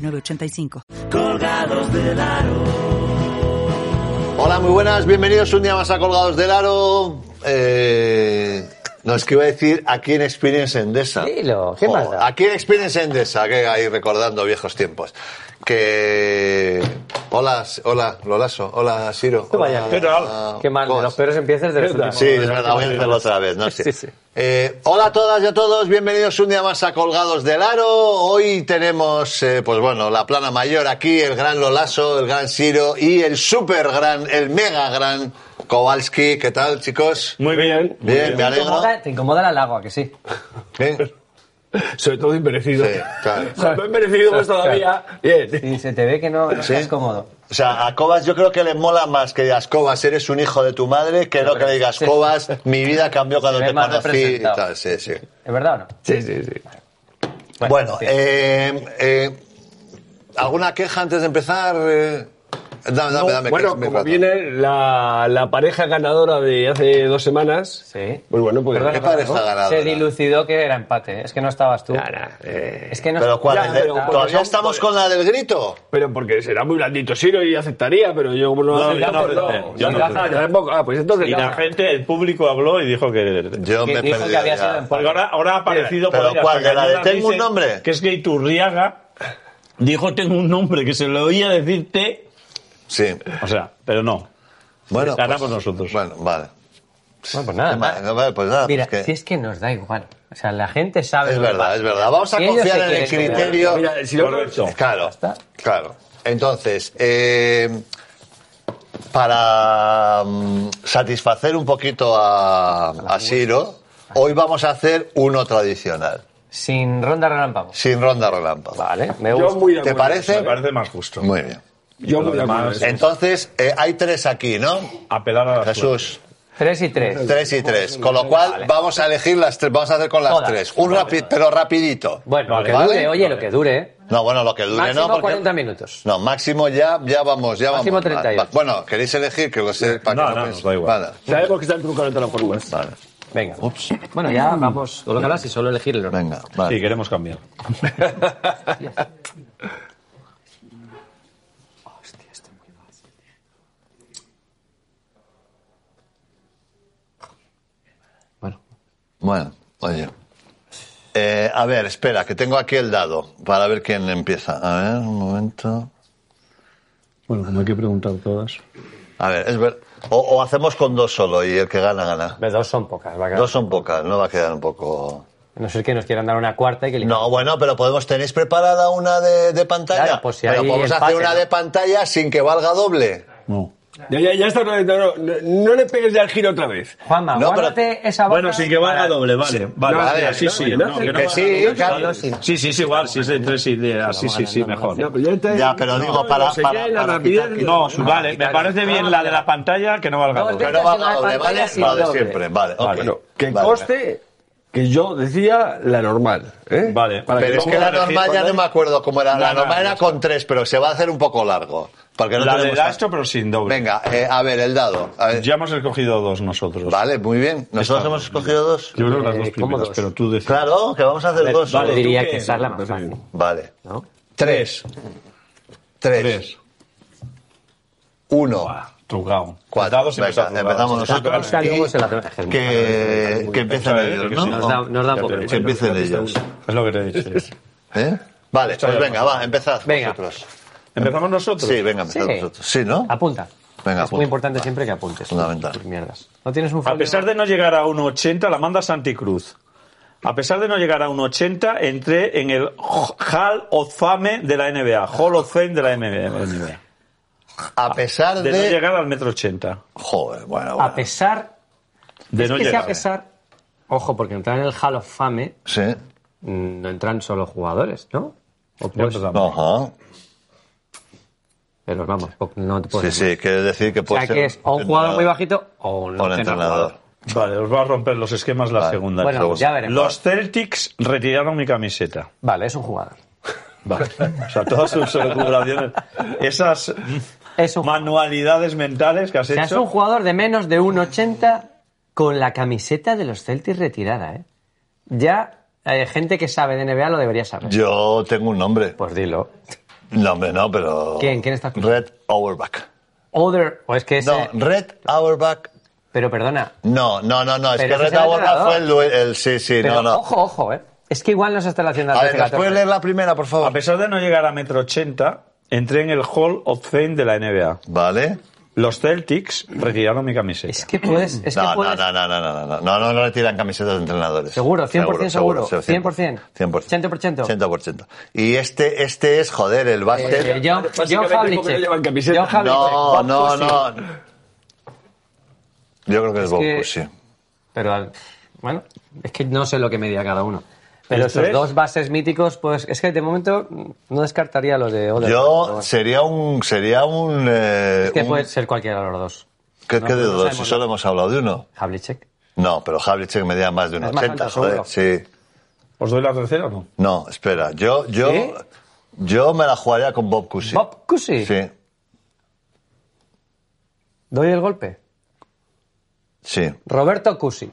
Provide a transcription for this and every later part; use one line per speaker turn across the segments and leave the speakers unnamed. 985.
Colgados del aro.
Hola, muy buenas, bienvenidos un día más a Colgados del Aro. Eh, no, es que iba a decir aquí en Experience Endesa.
Dilo, ¿qué
Oh,
pasa?
Aquí en Experience Endesa, que ahí recordando viejos tiempos. Que. Hola, S- hola, Lolaso, hola, Siro.
Tú vaya,
hola-
¿qué
tal?
Qué mal,
¿Cómo
de los
es?
peores empieces de los últimos.
Sí, es verdad, voy a hacerlo otra vez, ¿no? Sí.
Sí, sí.
Eh, hola a todas y a todos, bienvenidos un día más a Colgados del Aro. Hoy tenemos, eh, pues bueno, la plana mayor aquí, el gran Lolaso, el gran Ciro y el super gran, el mega gran Kowalski. ¿Qué tal, chicos?
Muy bien.
Bien, me
Te
alegro.
incomoda, te incomoda el halago, ¿a que sí.
Bien,
Sobre todo inmerecido.
sí, claro.
O sea, no inmerecido pues todavía. Bien.
Sí, se te ve que no, no estás cómodo.
O sea, a Cobas yo creo que le mola más que digas Cobas, eres un hijo de tu madre, que no que le digas
Sí.
Cobas, mi vida cambió cuando
Se ve
te
más
conocí y
representado.
tal, sí, sí.
¿Es verdad o no?
Sí, sí, sí.
Bueno,
sí.
eh, eh, ¿alguna queja antes de empezar? Eh, dame, dame, dame. que
bueno,
es mi
como
plato.
viene la, la pareja ganadora de hace dos semanas.
Sí.
Pues bueno, pues.
Perdona,
¿Qué pareja
¿no?
ganadora?
Se dilucidó que era empate. ¿eh? Es que no estabas tú.
Ya, ya, eh.
Es que no
Pero cuál,
Ya,
el de-
pero-
todavía
pero-
estamos con la del grito.
Pero porque será muy blandito Siro y aceptaría, pero yo como no,
No,
acepta,
yo no
pues
acepté, yo no
Ya,
acepté.
ya, tampoco. Ah, pues entonces.
Y la
ya.
gente, el público habló y dijo que.
Yo
Que
me he
dijo que
perdido
había
ya.
sido empate.
Porque ahora, ahora ha aparecido
Pero,
hasta
¿cuál? ¿De la de
Cañada
tengo un
dice
nombre?
Que es que Iturriaga dijo tengo un nombre, que se le oía decirte.
Sí.
O sea, pero no.
Bueno, pues,
Ganamos nosotros.
Bueno, vale.
Bueno, pues nada.
Vale, no, vale, pues nada,
Mira,
pues que-
si es que nos da igual. O sea, la gente sabe.
Es
lo que
verdad,
pasa.
es verdad. Vamos a
Si ellos
confiar
se
en el
quieren quedar-
criterio.
Mira, si lo
Correcto.
Claro,
está.
claro. Entonces, eh, para mm, satisfacer un poquito a, a Siro, hoy vamos a hacer uno tradicional,
Sin ronda relámpago.
sin ronda relámpago.
Vale, me
Yo
gusta.
muy de
¿Te
acuerdo.
parece?
Me parece más justo.
Muy bien.
Yo muy de acuerdo.
Entonces, eh, hay tres aquí, ¿no?
Apelar a la suerte.
Jesús,
Tres y tres.
tres y tres. Con lo cual, vamos a elegir las tres, vamos a hacer con las
Todas.
tres. Un rápido, pero rapidito.
Bueno,
Vale,
lo que
vale.
dure, oye, lo que dure. ¿eh?
No, bueno, lo que dure,
Máximo
¿no? Porque-
40 minutos.
No, máximo ya, ya vamos, ya
Máximo
vamos.
38.
Va- Bueno, queréis elegir que lo sé para
No,
que
no,
penséis.
da igual.
Vale,
Sabemos que están trucando de todas formas.
vale.
Venga.
Ups.
Bueno, ya vamos, colócalas y solo elegir el orden.
Venga, vale.
Sí, queremos cambiar.
Bueno, oye. Eh, a ver, espera, que tengo aquí el dado para ver quién empieza. A ver, un momento.
Bueno, como hay que preguntar todas.
A ver, es ver... O, o hacemos con dos solo y el que gana, gana.
Hombre, Dos son pocas, va a quedar-
Dos son pocas, no va a quedar un poco...
A No ser que nos quieran dar una cuarta y que
No, bueno, pero podemos... ¿Tenéis preparada una de, de pantalla?
Claro, pues si
pero
hay
podemos
empate,
hacer una
¿no?
de pantalla sin que valga doble.
No.
Ya, ya, ya está. No, no, no, no le pegues ya el giro otra vez.
Juanma,
No, pero-
guárdate esa boca.
Bueno, sí que valga doble, vale. Vale,
no,
vale,
no,
así
no,
sí.
no,
no,
que
que no
que
valga
sí,
doble.
claro.
Sí, sí, sí, igual. Sí, es de tres ideas. Sí, sí, sí, mejor.
No, pero te-
Ya, pero digo, para-
no sé
para-
qué, la
para
rapidez-
No, vale, me parece bien la de la pantalla que no valga
No,
doble.
Pero no valga
Una
doble,
pantalla
¿vale?
sin
Lo de
doble.
siempre, vale. ok.
Vale, no,
Que
Vale.
coste que yo decía la normal. ¿eh?
Vale.
Para
Pero
que
es que
luego-
la normal ya no me acuerdo cómo era. La
No, no,
normal
no,
era
no.
con tres, pero se va a hacer un poco largo. Porque no
La de
tenemos
la
tan-
esto, pero sin doble.
Venga, eh, a ver, el dado. A ver.
Ya hemos escogido dos nosotros.
Vale, muy bien. Nosotros
Está
hemos
bien.
escogido dos.
Yo creo que las dos
Eh, ¿cómo
primeras,
dos?
pero tú decides.
Claro, que vamos a hacer dos.
Yo
vale.
solo.
diría
¿tú
que
qué?
esa es la más fácil,
Vale.
¿no?
Tres. Tres.
Tres.
Uno.
Ah, Trucado.
Cuatro.
Dados
Venga,
empezamos,
empezamos
dados.
nosotros.
Esta
Espera,
¿qué?
luego se la tenemos
Que, que empiecen
Eso es,
ellos,
que
¿no?
sí.
Nos da, nos da un poco.
Que empiecen ellos.
espera. Es lo que te he dicho.
¿Eh? Vale, pues
ya
venga, va, empezad
Venga.
vosotros.
¿Empezamos nosotros?
Sí, venga, empezad
Sí.
vosotros. Sí, ¿no?
Apunta.
Venga,
es muy
apunta.
importante siempre que apuntes.
Fundamental.
Tus mierdas. No tienes un
A
folio?
pesar de no llegar a 1,80, la manda Santi Cruz. A pesar de no llegar a 1,80, entré en el Hall of Fame de la NBA. Hall of Fame de la NBA.
A pesar
De no
de...
llegar al metro 80.
Joder, bueno,
A
bueno.
pesar.
De
es
no
que si
llegar.
a pesar. Ojo, porque entrar en el Hall of Fame
Sí.
mm, no entran solo jugadores, ¿no? Ya empezamos.
Ajá.
Pero vamos, po- no te
Sí,
puedo
sí, quiere decir que
Pues
puede
O
ser
sea, que es o un jugador muy bajito o
o
un,
un entrenador.
Vale, os va a romper los esquemas la
Vale.
segunda.
Bueno,
Luego-
ya veremos.
Los Celtics retiraron mi camiseta.
Vale, es un jugador.
Vale. O sea, todas sus recuperaciones, esas
Es un-
manualidades mentales que has
O sea, es un
hecho.
jugador de menos de 1,80 con la camiseta de los Celtics retirada, ¿eh? Ya eh, gente que sabe de NBA lo debería saber.
Yo tengo un nombre.
Pues dilo.
Nombre no, pero...
Pues- ¿Quién? ¿Quién estás pensando?
Red Auerbach.
Other, o es que ese...
No, Red Auerbach...
Pero perdona,
No, no, no, no. Es
Pero
que
ese es
Red
el
Auerbach fue el,
entrenador.
due- el- Sí, sí,
pero
no, no.
ojo, ojo, ¿eh? Es que igual no se está haciendo
A
la
ver, ¿nos puedes leer
13-14.
la primera, por
A
favor?
pesar de no llegar a metro ochenta, entré en el Hall of Fame de la NBA.
Vale.
Los Celtics retiraron mi camiseta.
Es que puedes... Es
No,
que
no,
puedes...
no, no, no, no, no, no, no, no le tiran camisetas de entrenadores.
Seguro, 100% seguro,
100%.
100%.
100%. Y este, este es, joder, el básquet.
Eh, John, John
Básicamente,
Havlicek.
porque no llevan camiseta.
John Havlicek.
no,
Bob
no,
Cousy.
no. Yo creo que es, Bob
que-
Cousy.
Pero al- bueno, es que no sé lo que medía cada uno. Pero
¿El
esos
tres?
dos bases míticos, pues es que de momento no descartaría lo de Oder. pero
Yo
bueno.
sería un. Sería un. eh,
Es que
un-
puede ser cualquiera de los dos.
¿Qué, qué de
no
dos?
sabemos
Si solo hemos hablado de uno.
Havlicek.
No, pero Havlicek medía más de un
Es más
80,
alto,
joder. Sí.
¿Os doy la tercera o no?
No, espera. Yo, yo,
¿Sí?
yo me la jugaría con Bob Cousy.
Bob Cousy.
Sí,
Doy el golpe.
sí.
Roberto Cusi.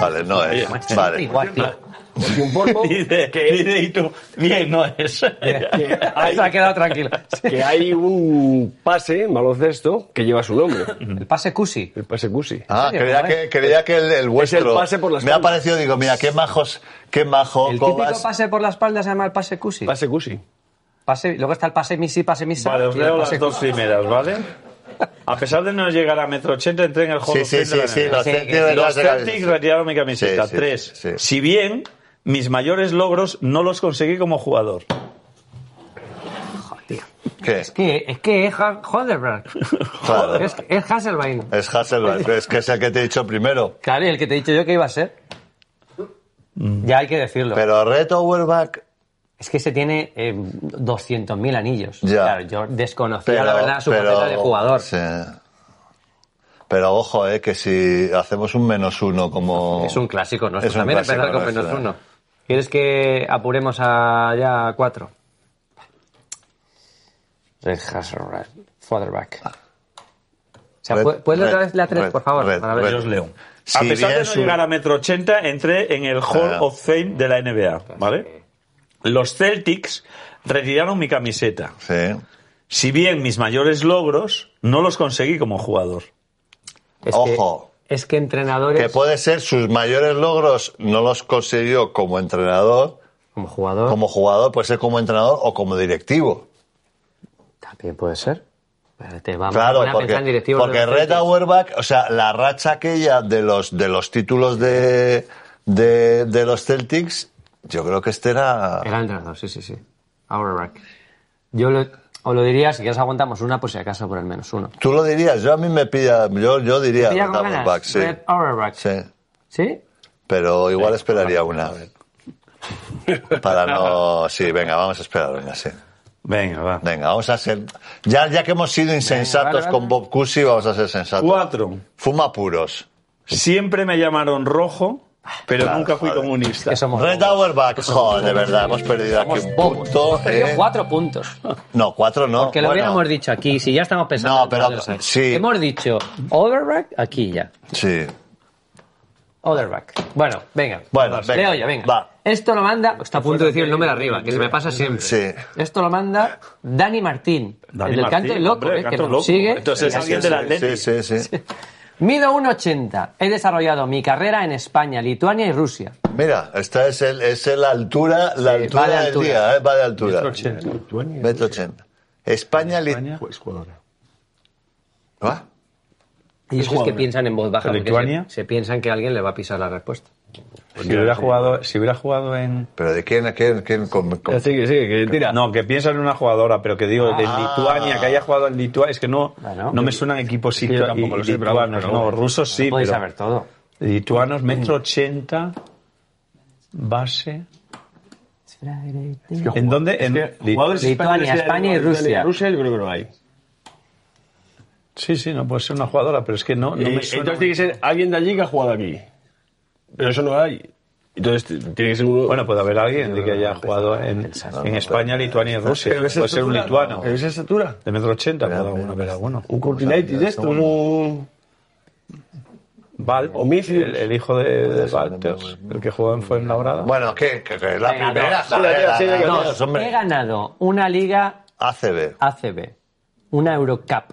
Vale, no es. Vale.
Igual, tío.
Y un
Oh.
polvo
Dice, dice, y tú, bien, no es.
Se ha quedado tranquilo. Sí.
que hay un pase en baloncesto que lleva su nombre.
El pase Cusi.
El pase Cusi.
Ah,
serio?
creía
Vale.
que, creía que el, el vuestro.
pase por las
Me ha
espaldas.
parecido, digo, mira, qué majos, qué majo,
El típico
Cobas.
pase por la espalda se llama el pase Cusi.
Pase Cusi.
Pase- luego está el pase misi, pase misa.
Vale, os
y el
leo
pase
las dos
Cusi.
primeras, ¿vale? A pesar de no llegar a metro ochenta, entré en el Hall
Sí,
of
sí,
Fame de
sí,
la
sí,
NBA.
los
Sí,
Celtics
sí,
de
Los
las de-
Celtics retiraron mi camiseta.
Sí, sí,
Tres.
sí, sí.
Si bien mis mayores logros no los conseguí como jugador.
¿Qué?
Es que es que es Ha- Hoderberg.
Claro.
Es, es Hasselbein.
Es Hasselbeck, es que es el que te he dicho primero.
Claro, y el que te he dicho yo que iba a ser. Ya hay que decirlo.
Mm. Pero Red Auerbach,
es que se tiene eh, 200.000 anillos.
Ya.
Claro, yo desconocía
pero,
la verdad su
pero-
faceta de jugador.
sí. Pero ojo, eh, que si hacemos un menos uno como...
Es un clásico nuestro.
Es un
También
clásico
empezar con
nuestro,
menos
eh.
uno. ¿Quieres que apuremos a ya a cuatro? Red Hasselbeck. Fotherback. O sea,
Ah. Red-
¿pu- ¿Puedes leer otra
Red-
vez la tres,
Red-
por favor?
Red-
Para ver.
Red-
Yo os leo.
Si
a pesar de
bien
no
su-
llegar a metro 80, entré en el Hall
Ah.
of Fame de la NBA, ¿vale? Los Celtics retiraron mi camiseta.
Sí.
Si bien mis mayores logros no los conseguí como jugador.
Es
Ojo.
Que, es que entrenadores
Que puede ser sus mayores logros no los consiguió como entrenador,
como jugador
como jugador, puede ser como entrenador o como directivo.
también puede ser. Pero te vamos
Claro,
van a pensar en
porque,
directivos
porque
de los
Red
Celtics.
Auerbach, o sea, la racha aquella de los, de los títulos de, de, de los Celtics, yo creo que este era...
Era entrenador, sí, sí, sí. Auerbach. Yo lo, os lo diría, si quieres aguantamos una, pues si acaso por el menos uno.
Tú lo dirías, yo a mí me pilla, yo, yo diría
Pilla
Red
con ganas,
Auerbach, sí.
Red Auerbach.
Sí,
¿Sí?
pero igual esperaría una. Para no... Sí, venga, vamos a esperar una, sí.
Venga, va.
Venga, vamos a ser... Ya, ya que hemos sido insensatos
vale, vale.
con Bob Cousy, vamos a ser sensatos.
Cuatro.
Fuma puros.
Siempre me llamaron rojo, pero
Claro,
nunca fui
joder.
comunista.
Que somos
Red
bobos.
Auerbach, joder, de verdad, hemos perdido aquí
Somos
un
bobos.
punto.
Hemos perdido
¿eh?
cuatro puntos.
No, cuatro no.
Que lo
bueno,
hubiéramos dicho aquí, si ya estamos pensando...
No,
en
pero-
otros, ¿eh?
sí.
Hemos dicho Auerbach aquí ya.
Sí.
Auerbach. Bueno, venga.
Bueno, venga.
Leo yo, venga.
Va.
Esto lo manda... Está a punto de decir el número arriba, que se me pasa siempre.
Sí.
Esto lo manda Dani Martín.
Dani
el del
Martín,
canto del loco,
hombre,
eh, que
Canto
nos
Loco.
sigue.
Entonces, alguien del Atlético.
Sí, sí, sí.
Mido 1,80. He desarrollado mi carrera en España, Lituania y Rusia.
Mira, esta es, el, es el altura, la
Sí,
altura
va de
del
altura.
día, ¿eh? va de altura.
Metro ochenta.
Metro ochenta. España, li-
Pues jugadora.
¿Ah?
Y eso es ¿eh? que piensan en voz baja.
¿En
porque
Lituania?
Se, se piensan que alguien le va a pisar la respuesta.
Si hubiera jugado, si hubiera jugado en
¿Pero de quién? a quién, quién con- con-
Sigue, sigue, que tira.
No, que piensa en una jugadora, pero que digo, de Lituania, que haya jugado en Lituania, es que no,
Bueno.
no me suenan equipos
yo
litu-
tampoco lo sé, pero
lituanos,
vamos,
no,
pero
rusos sí,
Podéis
pero
saber todo.
lituanos, metro ochenta, base,
Friday.
¿En dónde? En
Lituania,
jugadores españoles de
España y
Alemania,
Rusia.
Italia,
Rusia yo creo que no hay.
Sí, sí, no puede ser una jugadora, pero es que no, no
Y
me suena.
entonces tiene que ser alguien de allí que ha jugado aquí. Pero eso no hay. Entonces t- tiene que ser uno.
Bueno, puede haber alguien de que haya jugado en, en España, Lituania y Rusia. Puede ser un lituano.
Pero esa estatura.
De metro ochenta, puede alguno, pero alguno.
Un Cortinaiti de estos. Un...
Val,
O Mifius.
el, el hijo de, de Valters, el que jugó en Fuenlabrada.
Bueno, ¿qué? Que- que la
Venga,
primera.
dos.
joder,
Venga, sí,
la-
venga,
dos,
dos.
hombre.
He ganado una Liga
ACB.
ACB, una Eurocup,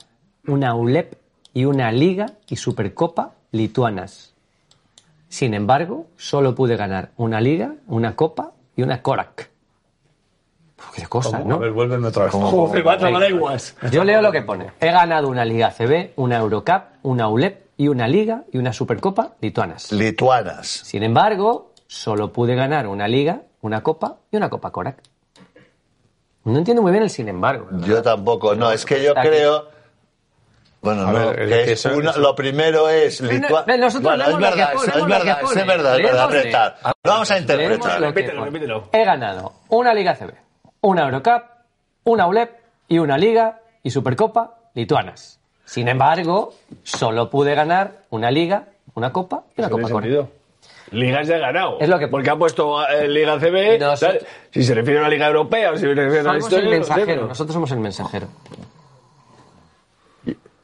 una ULEP y una Liga y Supercopa lituanas. Sin embargo, solo pude ganar una Liga, una Copa y una Korak. Uf, Qué cosa,
A
¿no?
ver, vuélveme otra vez.
Joder, va a trabalenguas.
Yo leo lo que pone. He ganado una Liga ACB, una Eurocup, una ULEP y una Liga y una Supercopa lituanas.
Lituanas.
Sin embargo, solo pude ganar una Liga, una Copa y una Copa Korak. No entiendo muy bien el sin embargo.
Yo tampoco. No, es que yo
Aquí.
creo. Bueno,
A
no,
ver,
que
es que
es
eso-
una- lo primero es Litua-
No, nosotros
Bueno, es
leemos lo que
verdad,
pone,
es, es
leemos lo
verdad,
que
es
pone.
verdad, es verdad,
Leemos de-
apretar. Lo vamos a
Leemos lo
interpretar.
que
Repítelo,
pone.
repítelo.
He ganado una Liga CB, una Eurocup, una ULEP y una Liga y Supercopa lituanas. Sin embargo, solo pude ganar una Liga, una Copa y una Copa Korak.
Ligas ya ha ganado.
Es lo que-
Porque ha puesto eh, Liga CB.
No,
tal.
sí.
Si se refiere a una Liga Europea o si se refiere a una
Somos
historia.
el
no sé,
mensajero,
pero-
nosotros somos el mensajero.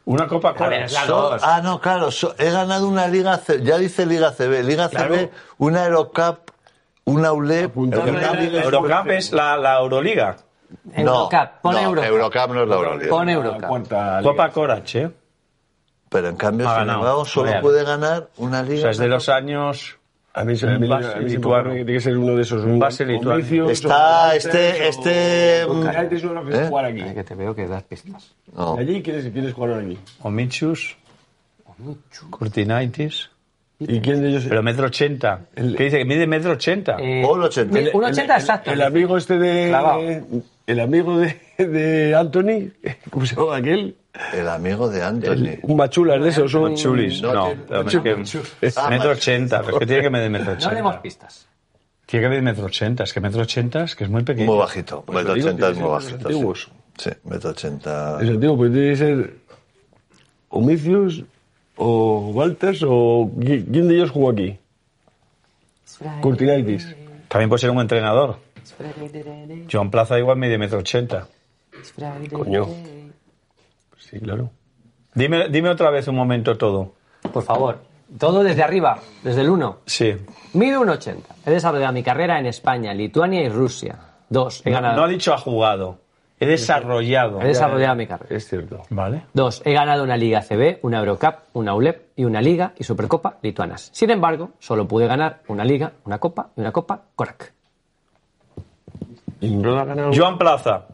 Una copa con
ver, es la
So- ah, no, claro, so- he ganado una Liga, C- ya dice Liga CB, Liga
Claro.
CB, una Eurocup, una ULEP,
Apuntando
una
ahí.
Liga-
Eurocup es la, la Euroliga.
Eurocup, pon
eh, no,
Eurocup.
no es la Euroliga.
Pon
La
Eurocup.
cuarta Liga.
Copa Corach, ¿eh?
Pero en cambio,
Ha
sin
ganado.
embargo, solo
Real.
puede ganar una
O
Liga.
sea, es de los años...
A mí se me,
Un
viene-
base
a mí se me
lituano.
ocurre que tiene que ser uno de esos. Un
base lituano.
Vinicius,
Está
o-
este- este,
o
mm,
Cayates, uno que
¿eh?
jugar aquí.
Ay, que te veo que das pistas.
No.
Allí quieres, quieres jugar ahora aquí.
Omichus, Curtinaitis...
¿Y quién de ellos?
Pero metro ochenta.
El-
¿Qué dice? Que mide metro ochenta.
Eh,
Gol 80.
mi- Un 80
el-
exacto.
El, amigo este de.
Clavao.
El amigo de, de Anthony. ¿Cómo se llama aquel?
El amigo de Anthony.
Un machulas de esos. Un
Chulis,
no,
no.
tiene-
pero es que-
Ah, macho.
Metro ochenta, pero es que tiene que medir metro
No demos
ochenta.
pistas.
Tiene que medir metro ochenta, es que metro ochenta es que es muy pequeño.
Muy bajito.
Pues
metro
te digo,
80 es
tiene
muy
que ser
bajito.
de los
Sí, Sí, metro 80.
Eso, digo, pues tiene que ser. O Micius, o Walters, o. qui- ¿Quién de ellos jugó aquí? Curtinaitis.
También puede ser un entrenador. Joan Plaza igual mide metro ochenta.
Coño. Sí, claro.
Dime, dime otra vez un momento todo.
Por favor, todo desde arriba, desde el 1.
Sí.
Mido un 80. He desarrollado mi carrera en España, Lituania y Rusia. Dos, he
No, no
ganado.
ha dicho ha jugado. He desarrollado.
He desarrollado mi carrera.
Es cierto.
Vale.
Dos, he ganado una Liga CB, una Eurocup, una ULEP y una Liga y Supercopa lituanas. Sin embargo, solo pude ganar una Liga, una Copa y una Copa Korak.
¿Y no la ha ganado?
Joan Plaza.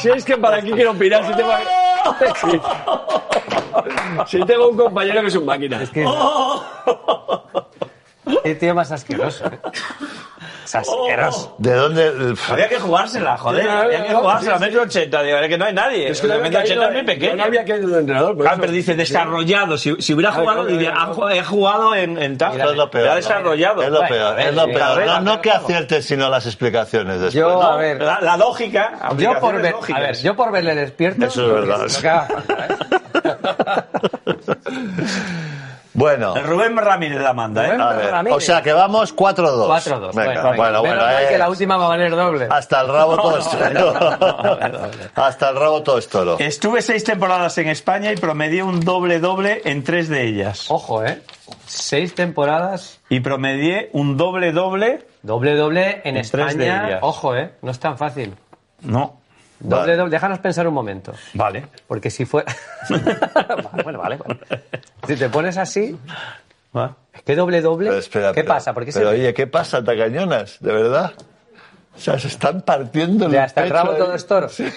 Si es que para qué quiero opinar si tengo. a- Si tengo un compañero que es un máquina.
Es que. Qué tío más asqueroso. ¿eh? Es asqueroso.
¿De dónde?
Había que jugársela, joder. Había que jugársela. Metro ochenta, digo, es que no hay nadie.
Es que no había
metro ochenta es
caído-
muy pequeño.
No había caído el entrenador. por
Ah,
eso.
pero dice desarrollado. Si, si hubiera
Claro,
jugado,
claro,
diría,
claro.
ha jugado- he jugado en, en tal.
Eso es lo peor.
Ha
¿no?
desarrollado.
Es lo
Bueno,
peor,
a ver,
es lo
sí,
peor.
carrera.
No, no que aciertes, sino las explicaciones después.
Yo,
¿no?
a ver.
La, la lógica.
Oh,
Yo por,
aplicaciones
ver, a
lógicas.
ver, yo por verle despierto.
Eso es verdad.
lo que haga falta, ¿eh?
Bueno,
Rubén Ramírez la manda, ¿eh?
Rubén
a ver.
Ramírez.
O sea que vamos 4-2. Venga,
4-2. venga.
Bueno,
Menos
bueno,
mal
eh, Ah.
que la última va a valer doble.
Hasta el rabo todo es toro. Hasta el rabo todo es toro.
Estuve seis temporadas en España y promedié un doble-doble en tres de ellas.
Ojo, ¿eh? Seis temporadas,
Y promedié un doble-doble.
doble-doble en
En tres de
España.
ellas.
Ojo, ¿eh? No es tan fácil.
No.
Doble,
Vale.
doble. Déjanos pensar un momento.
Vale.
Porque si fuera. bueno, vale, vale. Si te pones así,
Va.
es que doble-doble.
Pero espera,
¿Qué
pero-
pasa? Porque
pero oye, ¿qué pasa, tacañonas? ¿De verdad? O sea, se están partiendo el
hasta el
pecho
rabo
ahí.
todo es toro. ¿Se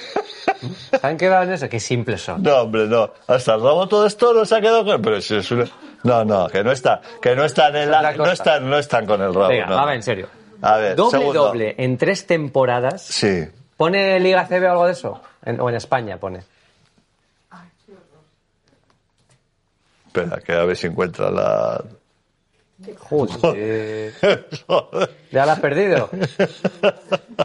han quedado en eso? Qué simples son.
No, hombre, no. Hasta el rabo todo es toro se ha quedado con... Pero si es una... No, no, que no está. Que no están, en la-
otra cosa.
no están, no están con el rabo.
Venga,
no.
va, en serio.
A ver, segundo.
Doble-doble en tres temporadas.
Sí.
¿Pone Liga CB o algo de eso? En- o en España pone.
Espera, que a ver si encuentra la...
Joder. ya la has perdido.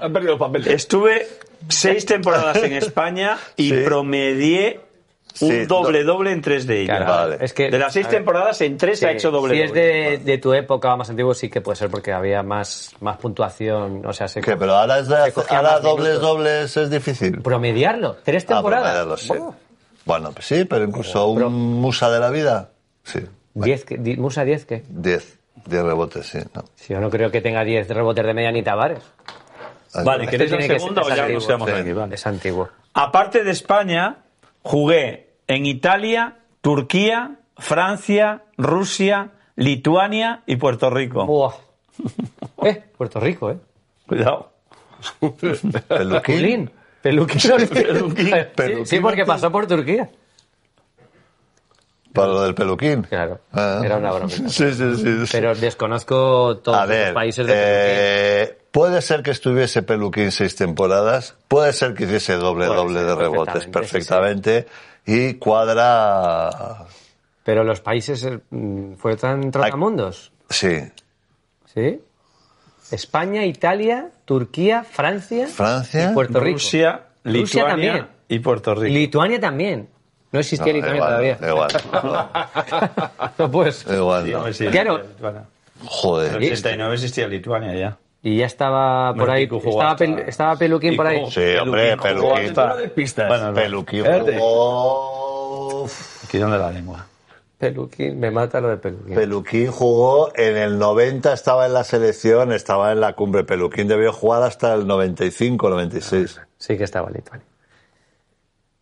Han perdido los papeles.
Estuve seis temporadas en España y
Sí.
promedié un
Sí,
doble doble en tres de ellas.
Claro,
Vale.
Es que
de las seis
a ver,
temporadas, en tres
sí,
ha hecho doble
Si es
doble.
de, de tu época más antiguo, sí que puede ser porque había más, más puntuación. O sea, se
¿Qué? Pero ahora, es de-
cogía
ahora
más
dobles,
minutos.
dobles es difícil.
promediarlo. Tres temporadas.
Ah, bueno, ya lo sé.
Bueno,
Bueno, pues sí, pero incluso un musa de la vida. Sí.
diez, que- di- Musa 10, ¿qué?
Diez. Diez rebotes, sí. no.
Si yo no creo que tenga 10 rebotes de media ni Tavares.
Vale, ¿queréis la
tiene que
segunda
ser-
o
es
ya
antiguo,
nos quedamos
sí.
aquí? Vale.
Es antiguo.
Aparte de España, jugué en Italia, Turquía, Francia, Rusia, Lituania y Puerto Rico.
Buah. Eh, Puerto Rico, ¿eh?
Cuidado.
Peluquín.
Peluquín. Peluquín.
Peluquín.
Sí,
Peluquín.
Sí, porque pasó por Turquía.
Para lo del peluquín.
Claro.
Ah.
Era una broma.
Sí, sí, sí. sí.
Pero desconozco todos
A
los
ver,
países de Peluquín.
eh, puede ser que estuviese Peluquín seis temporadas, puede ser que hiciese doble,
Puede
doble
ser,
de rebotes
perfectamente,
perfectamente, y cuadra,
Pero los países eh, mm, fueron tan trotamundos.
sí,
¿Sí? España, Italia, Turquía, Francia,
Francia,
y Puerto Rico.
Rusia,
Rusia
Lituania
también.
y Puerto
Y
Rico.
Lituania también. No
No,
existía Lituania
igual,
todavía. no pues.
igual,
Sí,
igual, no.
hombre, sí,
Claro.
Lituania. En el
joder,
89 existía Lituania ya.
Y ya estaba por
Hombre,
ahí.
Kiko jugó
Estaba,
hasta-
pel- estaba Peluquín por ahí.
Kiko.
sí, hombre,
Peluquín,
Peluquín,
Temporada de pistas.
Bueno, no,
Peluquín
Espérate.
jugó,
quitón de la lengua.
Peluquín, me mata lo de Peluquín.
Peluquín jugó en el 90, estaba en la selección, estaba en la cumbre, Peluquín debió jugar hasta el 95, 96.
Sí que estaba Lituania.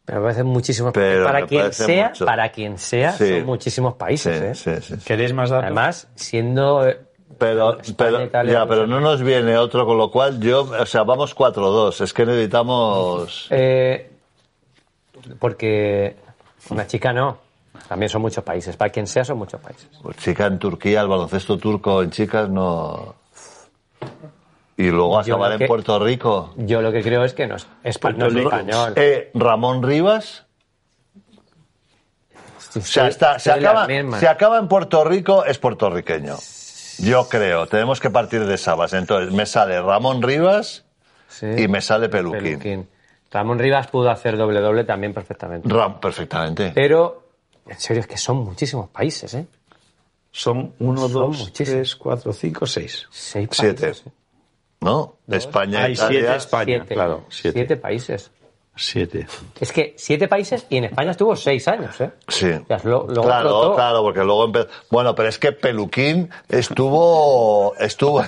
Pero me parecen muchísimos
Pero
Para
me
quien
parecen
sea,
muchos.
para quien sea,
Sí.
son muchísimos
Sí,
países, ¿eh?
sí, sí, sí.
¿Queréis más datos?
Además, siendo. eh,
Pero,
España,
pero,
Italia,
ya, pero no nos viene otro, con lo cual yo, o sea, vamos 4-2, es que necesitamos...
eh, porque una chica no. También son muchos países. Para quien sea, son muchos países.
Chica en Turquía, el baloncesto turco en chicas no... Y luego
Yo
acabar
creo
en
que-
Puerto Rico.
Yo lo que creo es que no es, espa- Pues no es español.
Eh, Ramón Rivas, o sea, está- se,
Soy de las
acaba,
mismas.
se acaba en Puerto Rico, es puertorriqueño. Yo creo, tenemos que partir de esa base. Entonces, me sale Ramón Rivas
Sí.
y me sale Peluquín.
Peluquín. Ramón Rivas pudo hacer doble doble también perfectamente.
Ram- perfectamente.
Pero, en serio, es que son muchísimos países, ¿eh?
Son 1,
Son
2,
muchísimos.
3, 4, 5, 6.
Seis
Siete.
países. ¿eh?
¿No? España,
Hay siete
Italia...
España,
Siete.
claro.
Siete.
7.
países.
7.
Es que siete países y en España estuvo seis años, ¿eh?
Sí.
O sea, lo- luego
claro,
explotó.
claro, porque luego empezó. Bueno, pero es que Peluquín estuvo. estuvo.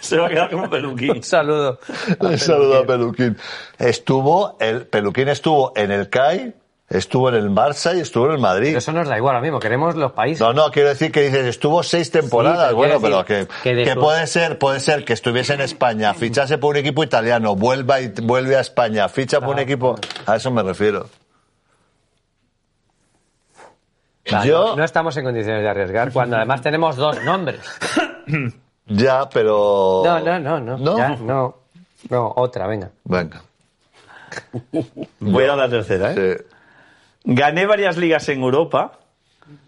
Se va a quedar como peluquín.
Un saludo.
Un saludo a Peluquín. Estuvo, el, Peluquín estuvo en el CAI, estuvo en el Barça y estuvo en el Madrid.
Pero eso nos da igual ahora mismo, queremos los países.
No, no, quiero decir que dices, estuvo seis temporadas.
pero
bueno,
quiero
pero
decir
que,
que de
que
sus-
puede ser, puede ser que estuviese en España, fichase por un equipo italiano, vuelva y vuelve a España, ficha
Ah,
por un equipo.
pues.
A eso me refiero.
Claro,
Yo-
No estamos en condiciones de arriesgar cuando además tenemos dos nombres.
Ya, pero.
No, no, no, no.
Oh. ¿No?
Ya, no. No, otra, venga.
Venga.
Voy a la tercera, ¿eh?
Sí.
Gané varias ligas en Europa,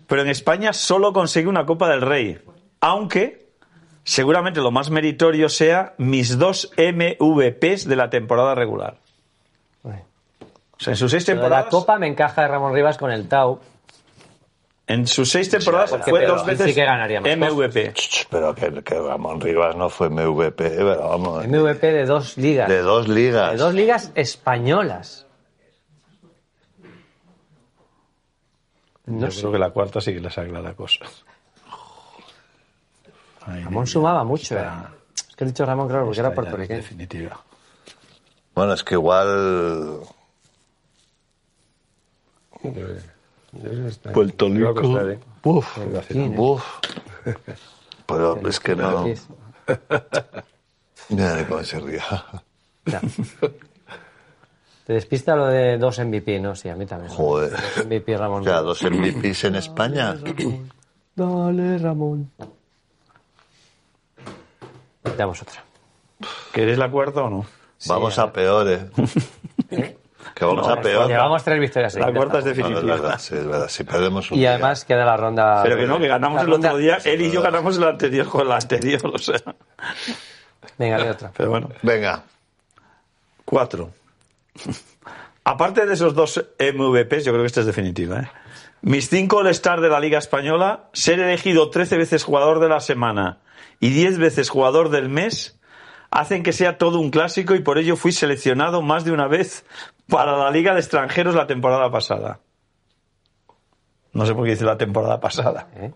pero en España solo conseguí una Copa del Rey. Aunque seguramente lo más meritorio sea mis dos MVPs de la temporada regular. O sea, en sus seis
Lo de la
temporadas,
copa me encaja de Ramón Rivas con el Tau.
en sus seis temporadas
porque
fue
pero
dos
ahí sí
veces
que ganaríamos cosas.
MVP.
Ch, Pero que, que Ramón Rivas no fue MVP, pero vamos.
MVP de dos ligas.
De dos ligas.
De dos ligas españolas. No
Yo
sé,
creo que la cuarta sí que le saca la cosa. Ay,
Ramón sumaba mucho. eh.
Está-
Es que he dicho Ramón, claro, porque
esta
era
ya,
puertorriqueño.
Definitiva.
Bueno, es que igual.
Puerto
Iba a
Rico.
costar, ¿eh?
Uf.
Uf. Pero es que no.
Sí, sí.
Mira cómo se ría.
Ya. Te despista lo de dos MVP, ¿no? Sí, a mí también.
Joder.
Dos MVP Ramón.
O sea, dos MVPs en España.
Dale, Ramón. Damos otra.
¿Queréis la cuarta o no?
¿Eh?
Vamos a peores. ¿eh? Que vamos a peor.
Llevamos tres victorias
La
seguidas,
cuarta es
No,
tampoco.
es
definitiva.
verdad, sí, es verdad. Si perdemos un
Y
día.
además queda la ronda.
Pero que no, que ganamos
la
el otro
ronda-
día. Él y yo ganamos el anterior con la anterior, o sea.
Venga, de otra.
Pero bueno.
Venga,
Cuatro. Aparte de esos dos MVPs, yo creo que esta es definitiva. ¿eh? Mis cinco All-Star de la Liga Española, ser elegido 13 veces jugador de la semana y 10 veces jugador del mes, hacen que sea todo un clásico y por ello fui seleccionado más de una vez para la Liga de Extranjeros la temporada pasada. No sé por qué dice la temporada pasada.
Eh,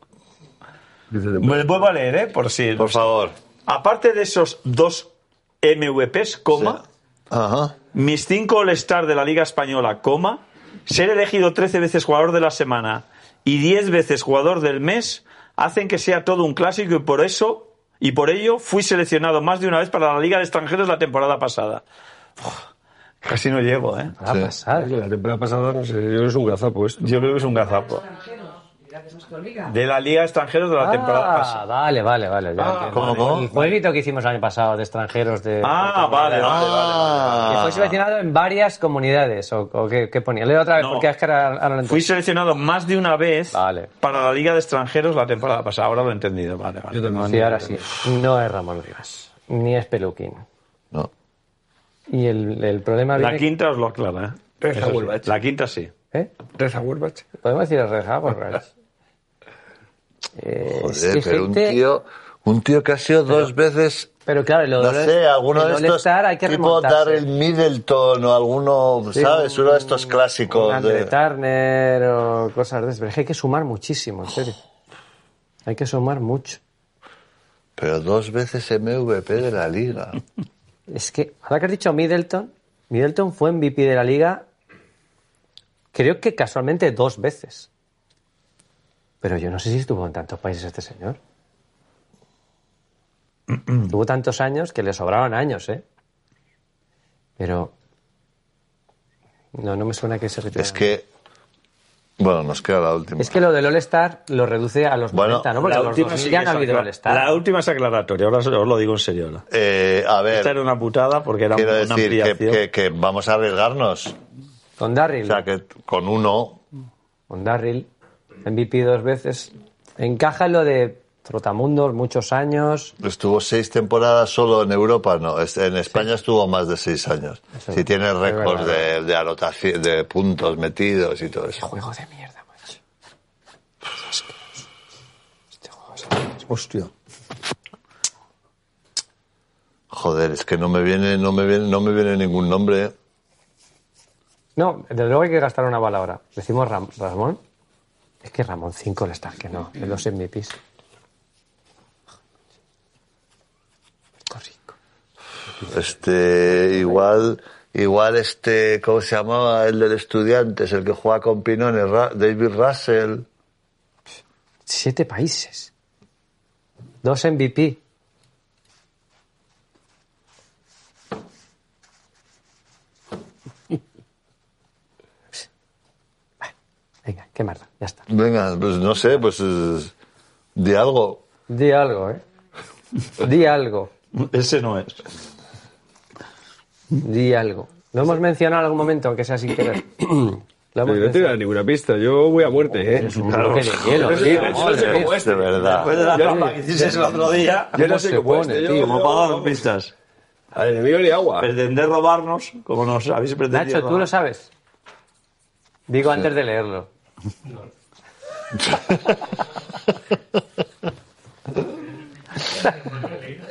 Dice,
Me vuelvo a leer, ¿eh? Por si.
por favor.
Aparte de esos dos MVPs, coma.
Ah.
Ajá.
Mis cinco All-Star de la Liga Española, coma, ser elegido 13 veces jugador de la semana y 10 veces jugador del mes hacen que sea todo un clásico y por eso y por ello fui seleccionado más de una vez para la Liga de Extranjeros la temporada pasada. Uf, casi no llevo, ¿eh?
Va a
Sí.
pasar.
La temporada pasada, no sé, yo creo que es un gazapo esto.
Yo creo que es un gazapo. De la Liga de Extranjeros de la temporada
Ah,
pasada.
vale, vale, vale. ya entiendo.
¿cómo, cómo?
El jueguito que hicimos el año pasado de extranjeros de...
Ah, vale, vale, vale.
Que fue seleccionado en varias comunidades, o, o qué, qué ponía. Leo otra vez,
No.
porque es que ahora, ahora no
Fui
entiendo.
seleccionado más de una vez
Vale.
para la Liga de Extranjeros la temporada pasada. Ahora lo he entendido, vale, vale.
Yo también.
Sí, ahora sí. No es Ramón Rivas, ni es Peluquín.
No.
Y el, el problema
La
viene...
quinta os lo aclara, ¿eh?
Reza
Eso sí.
Wolbach.
La quinta sí.
¿Eh?
Reza Werbach.
¿Podemos decir el Reja por Raj? Eh, es
Joder,
que
pero un
gente-
tío, un tío que ha sido dos veces.
Pero claro, lo
No
del-
sé, alguno
el
de
del
estos.
All-Star hay que
tipo
remontarse.
Darryl Middleton o alguno,
Sí,
¿sabes?
un-
Uno de estos
un
clásicos.
Andre
de-
Turner o cosas de esas. Pero es que hay que sumar muchísimo, en serio. Hay que sumar mucho.
Pero dos veces MVP de la liga.
Es que, ahora que has dicho Middleton, Middleton fue MVP de la liga, creo que casualmente dos veces. Pero yo no sé si estuvo en tantos países este señor. Tuvo tantos años que le sobraron años, ¿eh? Pero. No, no me suena que se retirara.
Es que. Bueno, nos queda la última.
Es que lo del All-Star lo reduce a los
Bueno,
90, ¿no? Porque
la
los
última
2000
sí
ya
que
no ha
es
habido
acla-
All-Star.
La última es aclaratoria, ahora os os lo digo en serio. ahora.
Eh, a
Esta era
ver,
una putada porque era
quiero
una
decir que,
ampliación.
que- que vamos a arriesgarnos.
Con
O
Darryl.
sea, que con uno.
con Darryl, MVP dos veces. Encaja en lo de Trotamundos, muchos años.
Estuvo seis temporadas solo en Europa, no. es- En España estuvo más de seis años.
Eso
Si tiene récords
verdad.
de, de anotación, de puntos metidos y todo eso.
Juego de mierda, macho.
Hostia.
Joder, es que no me viene, no me viene, no me viene ningún nombre. ¿eh?
No, desde luego hay que gastar una bala ahora. Decimos Ram- Ramón. Es que Ramón 5 le está, que no, de los MVPs. Corrico.
Este, igual, igual este, ¿cómo se llamaba? El del Estudiantes, el que juega con Pinones, Ra- David Russell.
Siete países. Dos MVP. Vale, Venga, qué mierda, ya está.
Venga, pues no sé, pues es- di algo.
Di algo, ¿eh? Di algo,
Ese no es.
di algo. Lo hemos mencionado en algún momento, aunque sea sin querer. Lo hemos
Yo no te voy a
mencionado.
dar ninguna pista, yo voy a muerte, ¿eh?
Es un bloque de hielo,
Pero
tío.
eso-
Madre
eso-
mía.
como este.
de verdad.
Después de la trampa que hiciste el otro día,
Yo
¿Cómo
no sé
se
cómo
pone,
este,
tío?
yo,
como para dar pistas.
Al enemigo ni agua.
Pretender robarnos, como nos habéis pretendido.
Nacho, tú
robar.
lo sabes. Digo antes de leerlo.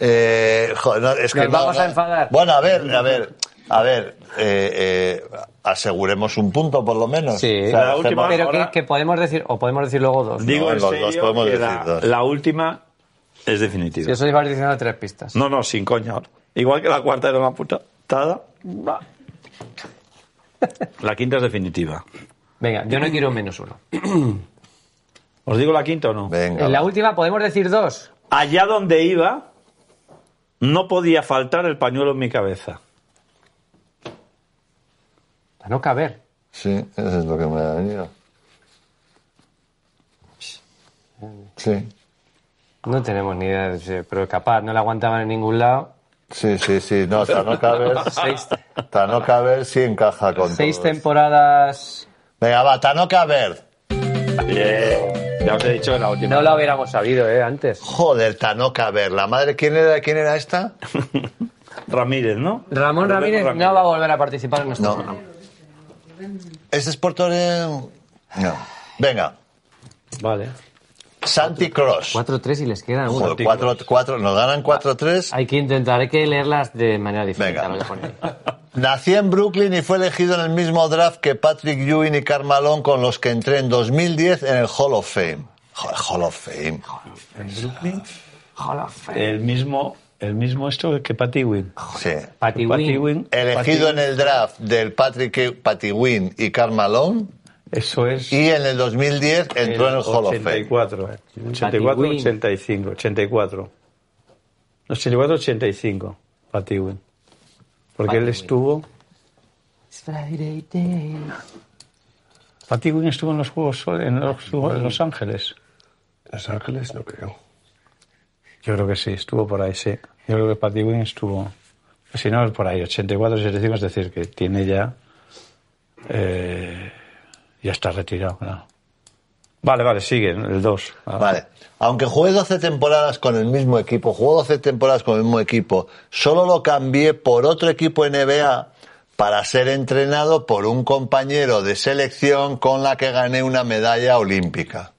Eh, jo, no, es que
Nos
no,
vamos a
no.
enfadar.
Bueno, a ver, a ver, a ver, eh, eh, aseguremos un punto por lo menos.
Sí.
O sea,
La última-
hacemos-
Pero
ahora-
que, que podemos decir, o podemos decir luego dos. ¿no?
Digo
No,
en
los
serio
dos podemos
que
decir
la,
dos.
la última es
Si
definitiva.
eso llevas diciendo tres pistas.
No, no, sin coña ahora. Igual que la cuarta era una putada. La quinta es definitiva.
Venga, yo no quiero un menos uno.
¿Os digo la quinta o no?
Venga,
En la
va.
última podemos decir dos.
Allá donde iba, no podía faltar el pañuelo en mi cabeza.
A no caber.
Sí, eso es lo que me ha venido. Sí.
No tenemos ni idea, de- pero capaz, no la aguantaban en ningún lado.
Sí, sí, sí. No, Tanocaber.
Seis-
Tanocaber sí encaja con
Seis
todos.
temporadas.
Venga, va, Tanocaber.
Ya os he dicho en la última.
No lo hubiéramos sabido, ¿eh? Antes.
Joder, Tanocaber. La madre, ¿quién era, quién era esta?
Ramírez, ¿no?
Ramón
Roberto
Ramírez no va a volver a participar en nuestro
No.
programa.
¿Este es portorero? No. Venga,
Vale.
Santi Cross.
4-3 y les queda uno.
Joder, cuatro, cuatro, nos ganan 4-3.
Hay que intentar, hay que leerlas de manera diferente.
Venga.
a lo que pone ahí.
Nací en Brooklyn y fue elegido en el mismo draft que Patrick Ewing y Carmalón con los que entré en 2010 en el Hall of Fame. Joder, Hall of Fame.
Hall of Fame.
El mismo, el mismo esto que Patty Win.
Sí.
Patty
Patty
Wynn.
Win.
Eh. Elegido en el draft del Patrick Patty Wynn y Carmalón
Eso es.
y en el 2010 entró en el Hall of Fame.
84, eh. 84,
Patty Win.
85, 84. 84, 85, Patty Win. Porque
Patty
él
Win.
estuvo.
It's Friday day.
Patty Win estuvo en los Juegos Sol- en los, en los Ángeles.
Los Ángeles no creo.
Yo creo que sí, estuvo por ahí, sí. Yo creo que Patty Win estuvo. pues Si no, es por ahí, 84, 85, es decir, que tiene ya. eh, ya está retirado, claro. Vale, vale, sigue, el Ah, 2.
Vale. Aunque jugué 12 temporadas con el mismo equipo, jugó 12 temporadas con el mismo equipo, solo lo cambié por otro equipo NBA para ser entrenado por un compañero de selección con la que gané una medalla olímpica.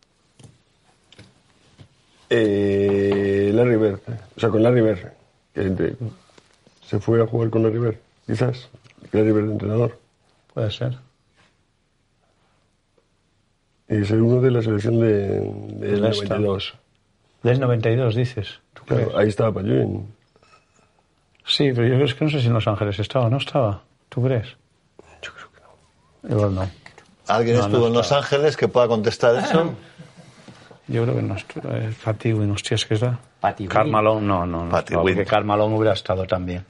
Eh, Larry Bird. O sea, con Larry Bird. Que entre- se fue a jugar con Larry Bird, quizás. Larry Bird, entrenador.
Puede ser.
Y soy uno de la selección de, de
Del Este.
92.
Del 92, dices. ¿Tú crees?
Claro, ahí estaba Payuin.
Sí, pero yo es que no sé si en Los Ángeles estaba o no estaba. ¿Tú crees?
Yo creo que no.
Igual no.
¿Alguien
No, no
estuvo en Los
estaba.
Ángeles que pueda contestar eso?
Yo creo que no estuvo. Eh, Patty Wynn, hostias, ¿qué es la?
Patty Wynn.
Carmalón, no, no. no
Patty
estaba,
Wynn.
porque Carmalón hubiera estado también.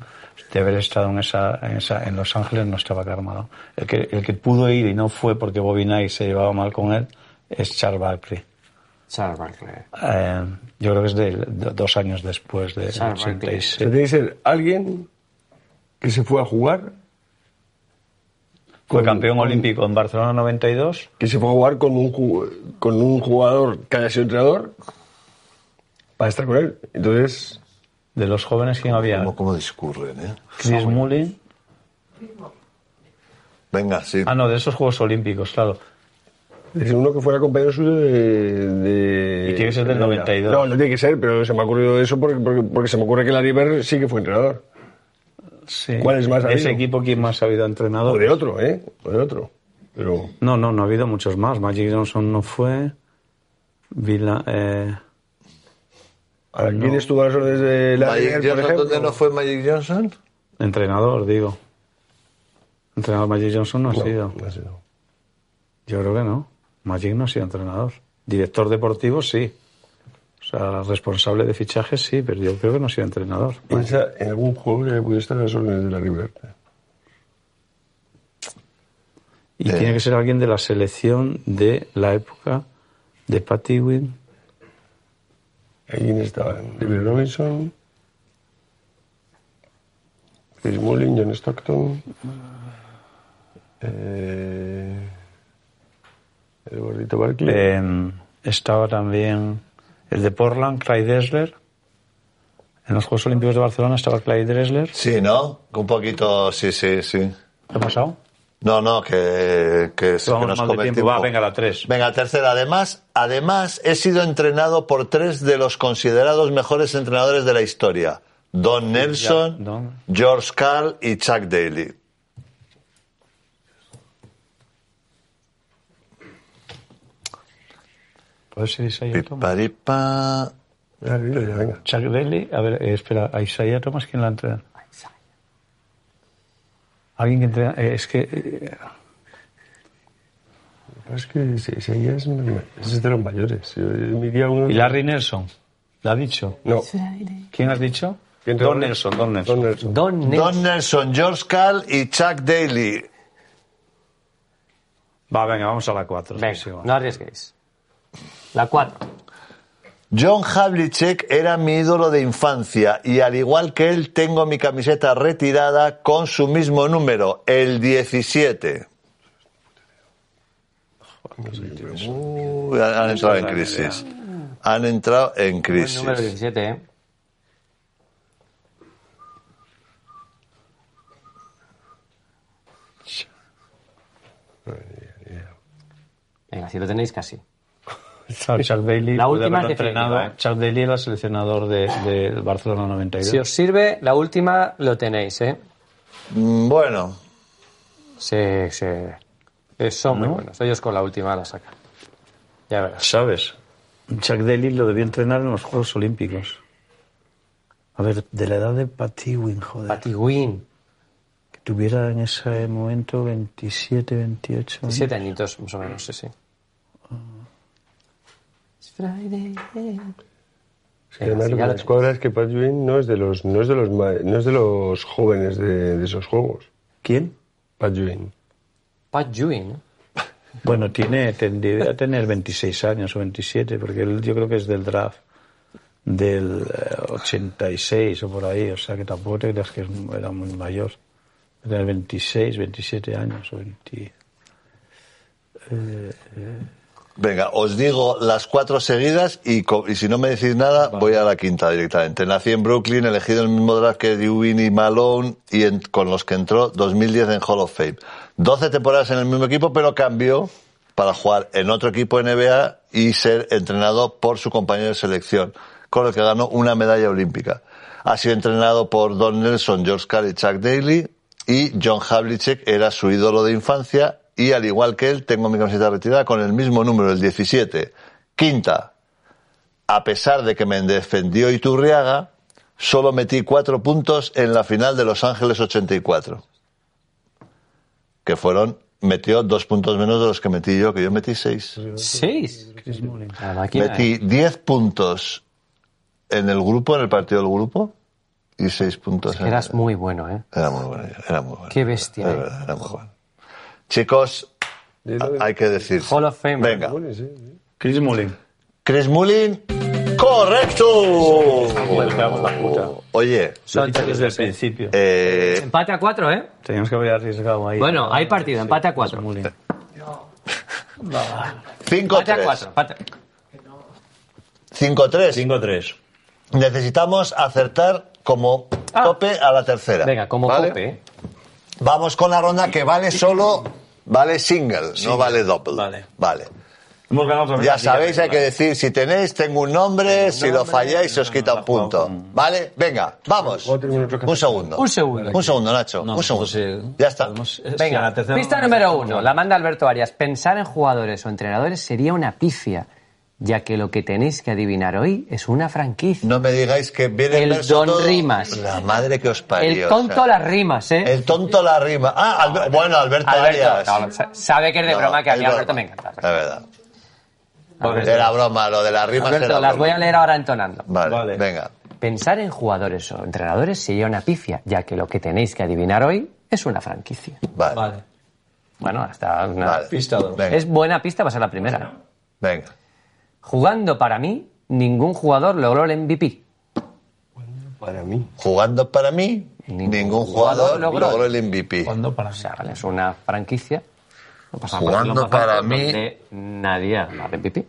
De haber estado en esa, en esa- en Los Ángeles no estaba Carmalón. El que, el que pudo ir y no fue porque Bobby Knight se llevaba mal con él es Charles Barkley.
Charles Barkley.
Eh, yo creo que es de, de- dos años después de
Charles Barkley.
86.
O sea, tiene que ser alguien que se fue a jugar,
Fue
con-
campeón
con-
olímpico en Barcelona 92.
que se fue a jugar con un, ju- con un jugador que haya sido entrenador para estar con él. Entonces,
De los jóvenes, ¿quién había?
¿Cómo, cómo discurren, eh?
Chris Mullin.
Venga, sí.
Ah, no, de esos Juegos Olímpicos, claro.
es uno que fuera compañero suyo de, de-
Y tiene que ser del
de-
92.
No, no tiene que ser, pero se me ha ocurrido eso porque, porque, porque se me ocurre que Larry Bird sí que fue entrenador.
Sí.
¿Cuál es más
De ese
habido?
equipo, ¿quién más ha habido
O
entrenador?
de otro, ¿eh? O de otro. Pero
No, no, no ha habido muchos más. Magic Johnson no fue. Vila, eh,
¿a quién estuvo a las órdenes de Larry
Magic
Bird, por
Johnson,
ejemplo?
¿Dónde no fue Magic Johnson?
entrenador, digo. Entrenador Magic Johnson no ha
No,
sido.
no ha sido.
Yo creo que no. Magic no ha sido entrenador. Director deportivo, sí. O sea, responsable de fichajes, sí, pero yo creo que no ha sido entrenador.
Piensa en algún juego que pudiera estar a las órdenes de Larry Bird.
Y
Eh.
tiene que ser alguien de la selección de la época de Patty Wynn.
Ahí estaban David Robinson, Chris Mullin, John Stockton, eh, el gordito Barkley.
Eh, estaba también el de Portland, Clyde Dressler. En los Juegos Olímpicos de Barcelona estaba Clyde Dressler.
Sí, ¿no? Un poquito, sí, sí, sí.
¿Qué ha pasado?
No, no, que, que, se- que
Vamos
nos
mal de
come el
tiempo. Va,
tiempo.
venga, la tres.
Venga, tercera. Además, además, he sido entrenado por tres de los considerados mejores entrenadores de la historia. Don Nelson,
Ya, Don.
George Carl y Chuck Daly.
Puede ser Isaiah Thomas.
Piparipa.
Ya, dilo ya, Ah, venga.
Chuck Daly. A ver, eh, espera, ¿a Isaiah Thomas quién la entrena? Alguien que entrena. eh, es que. eh,
Es que si, si ellas me- esos eran mayores. Yo, yo me iría a uno.
¿Y Larry Nelson? ¿La ha dicho?
No.
¿Quién has dicho?
¿Quién te-
Don Nelson, Don Nelson.
Don Nelson.
Don
Don
Nelson.
Nelson, George Carl y Chuck Daly.
Va, venga, vamos a la 4.
Venga, no arriesguéis. La 4.
John Havlicek era mi ídolo de infancia y al igual que él tengo mi camiseta retirada con su mismo número, el 17. Uy, han han entrado en crisis. Han entrado en
Buen
crisis.
número 17, ¿eh? Venga, si lo tenéis casi.
Claro, Charles Bailey,
La
puede
última
haberlo
es definitiva,
entrenado.
¿eh?
Charles Bailey era seleccionador de- del Barcelona 92.
Si os sirve, la última lo tenéis, ¿eh?
Mm, Bueno,
Sí, sí. Eh, Son muy buenos. Ellos con la última la sacan. Ya verás.
¿Sabes? Chuck Daly lo debió entrenar en los Juegos Olímpicos. A ver, de la edad de Patty Wynn, joder.
Patiguín.
Que tuviera en ese momento 27, 28. ¿no?
17 añitos, más o menos, sí, sí. It's Friday.
Sí, además,
sí,
lo
ya
que
lo
me cuadra es que Pat Ewing no es de los, no es de los, ma- no es de los jóvenes de, de esos juegos.
¿Quién?
Pat Ewing.
Pat Ewing. ¿eh?
Bueno, tiene, tendría a tener 26 años o 27, porque él yo creo que es del draft del eh, 86 o por ahí, o sea que tampoco te creas que es- era muy mayor. Debe Tener 26, 27 años o 20.
venga, os digo las cuatro seguidas y, co- y si no me decís nada, voy a la quinta directamente. Nací en Brooklyn, elegido en el mismo draft que Dewey y Malone y en- con los que entró 2010 en Hall of Fame. 12 temporadas en el mismo equipo, pero cambió para jugar en otro equipo NBA y ser entrenado por su compañero de selección, con el que ganó una medalla olímpica. Ha sido entrenado por Don Nelson, George Carey, Chuck Daly y John Havlicek era su ídolo de infancia y al igual que él tengo mi camiseta retirada con el mismo número, el 17. Quinta, a pesar de que me defendió Iturriaga, solo metí cuatro puntos en la final de Los Ángeles 84. Que fueron, metió dos puntos menos de los que metí yo, que yo metí seis.
¿Seis? La máquina.
Metí 10 puntos en el grupo, en el partido del grupo, y 6 puntos en
Eras muy bueno, ¿eh?
Era muy bueno, era muy bueno.
Qué bestia,
Era,
eh.
verdad, era muy bueno. Chicos, a- hay que decir.
Hall of Fame.
Venga.
Chris Mullin.
Chris Mullin, correcto. Oye,
Son tres.
Desde el principio.
eh,
Empate a cuatro, ¿eh?
Teníamos que haber arriesgado ahí.
Bueno, hay partido, empate a cuatro.
Muy bien.
5-3.
Empate a cuatro. empate.
5-3.
5-3.
Necesitamos acertar como tope a la tercera.
Ah. Venga, como
¿vale?
cope, ¿eh?
Vamos con la ronda que vale solo, vale single, no vale double.
vale.
Vale.
Hemos ganado otra vez
Ya
la liga
sabéis, hay que
regular.
decir si tenéis, tengo un nombre, si lo falláis se os quita un punto. ¿Vale? Venga, vamos. Un segundo.
Un segundo.
Un segundo, Nacho.
No,
un segundo.
pues, eh,
ya está.
podemos- es que
Venga,
la tercera
pista
ronda
número
está-
uno. La manda Alberto Arias. Pensar en jugadores o entrenadores sería una pifia, ya que lo que tenéis que adivinar hoy es una franquicia.
No me digáis que viene
El
verso
Don
todo.
Rimas.
La madre que os parió.
El
o
tonto
sea,
las rimas, ¿eh?
El tonto la rima. Ah, Albe- bueno, Alberto, Arias.
Alberto, no, sa- sabe que es de
No,
broma, que a
es
mí Alberto
broma.
me encanta.
La verdad.
Alberto,
Era broma, lo de las rimas
Alberto,
era
las
broma.
voy a leer ahora entonando.
Vale,
Vale.
venga.
Pensar en jugadores o entrenadores sería una pifia, ya que lo que tenéis que adivinar hoy es una franquicia.
Vale.
Vale.
Bueno, hasta una...
vale.
Pista dos.
Venga,
Es buena pista para ser la primera.
venga.
Jugando para mí, ningún jugador logró el MVP.
Para mí.
Jugando para mí,
Ningún
ningún,
jugador
jugador,
logró.
logró el MVP.
¿Cuándo para
O sea, vale, es una franquicia. No pasa nada,
Jugando
no pasa nada,
para mí.
donde Nadie ha ganado el MVP.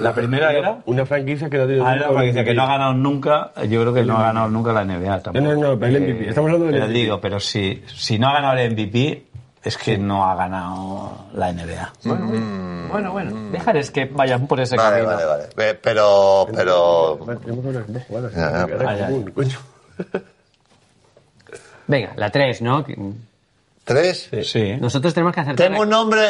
La primera era.
Una franquicia que no tiene.
Ah, era una franquicia que no ha ganado nunca. Yo creo que no ha ganado nunca la NBA
No,
tampoco.
no, no, pero el MVP. Estamos hablando del
Pero
MVP.
digo, pero si, si no ha ganado el MVP, es que no ha ganado la NBA.
Bueno, bueno, bueno,
Mm.
bueno. Dejarles que vayan por ese
Vale,
camino.
vale, vale. Eh, Pero, pero.
Vale, tenemos que hablar de dos jugadas.
Ya, ya.
Era
Ay, ay.
común, Pues coño.
Venga, la 3, ¿no? Que-
¿Tres?
Sí.
Nosotros tenemos que hacer
Tengo un nombre.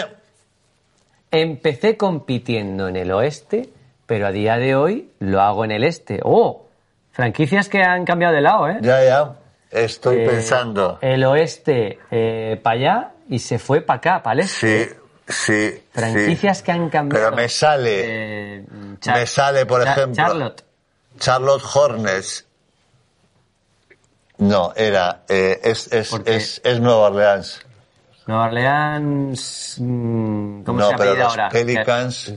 Empecé compitiendo en el oeste, pero a día de hoy lo hago en el este. ¡Oh! Franquicias que han cambiado de lado, ¿eh?
Ya, ya. Estoy
Eh,
pensando.
El oeste para allá y se fue para acá, para el este.
Sí, sí.
Franquicias
sí.
que han cambiado.
Pero me sale.
Eh, Char-
me sale, por
Char-
ejemplo.
Charlotte.
Charlotte Hornets. No, era. eh, es, es,
Porque-
es, es Nueva Orleans.
Nueva Orleans. mm, ¿Cómo
no,
se
pero
apellida
los
ahora?
Pelicans.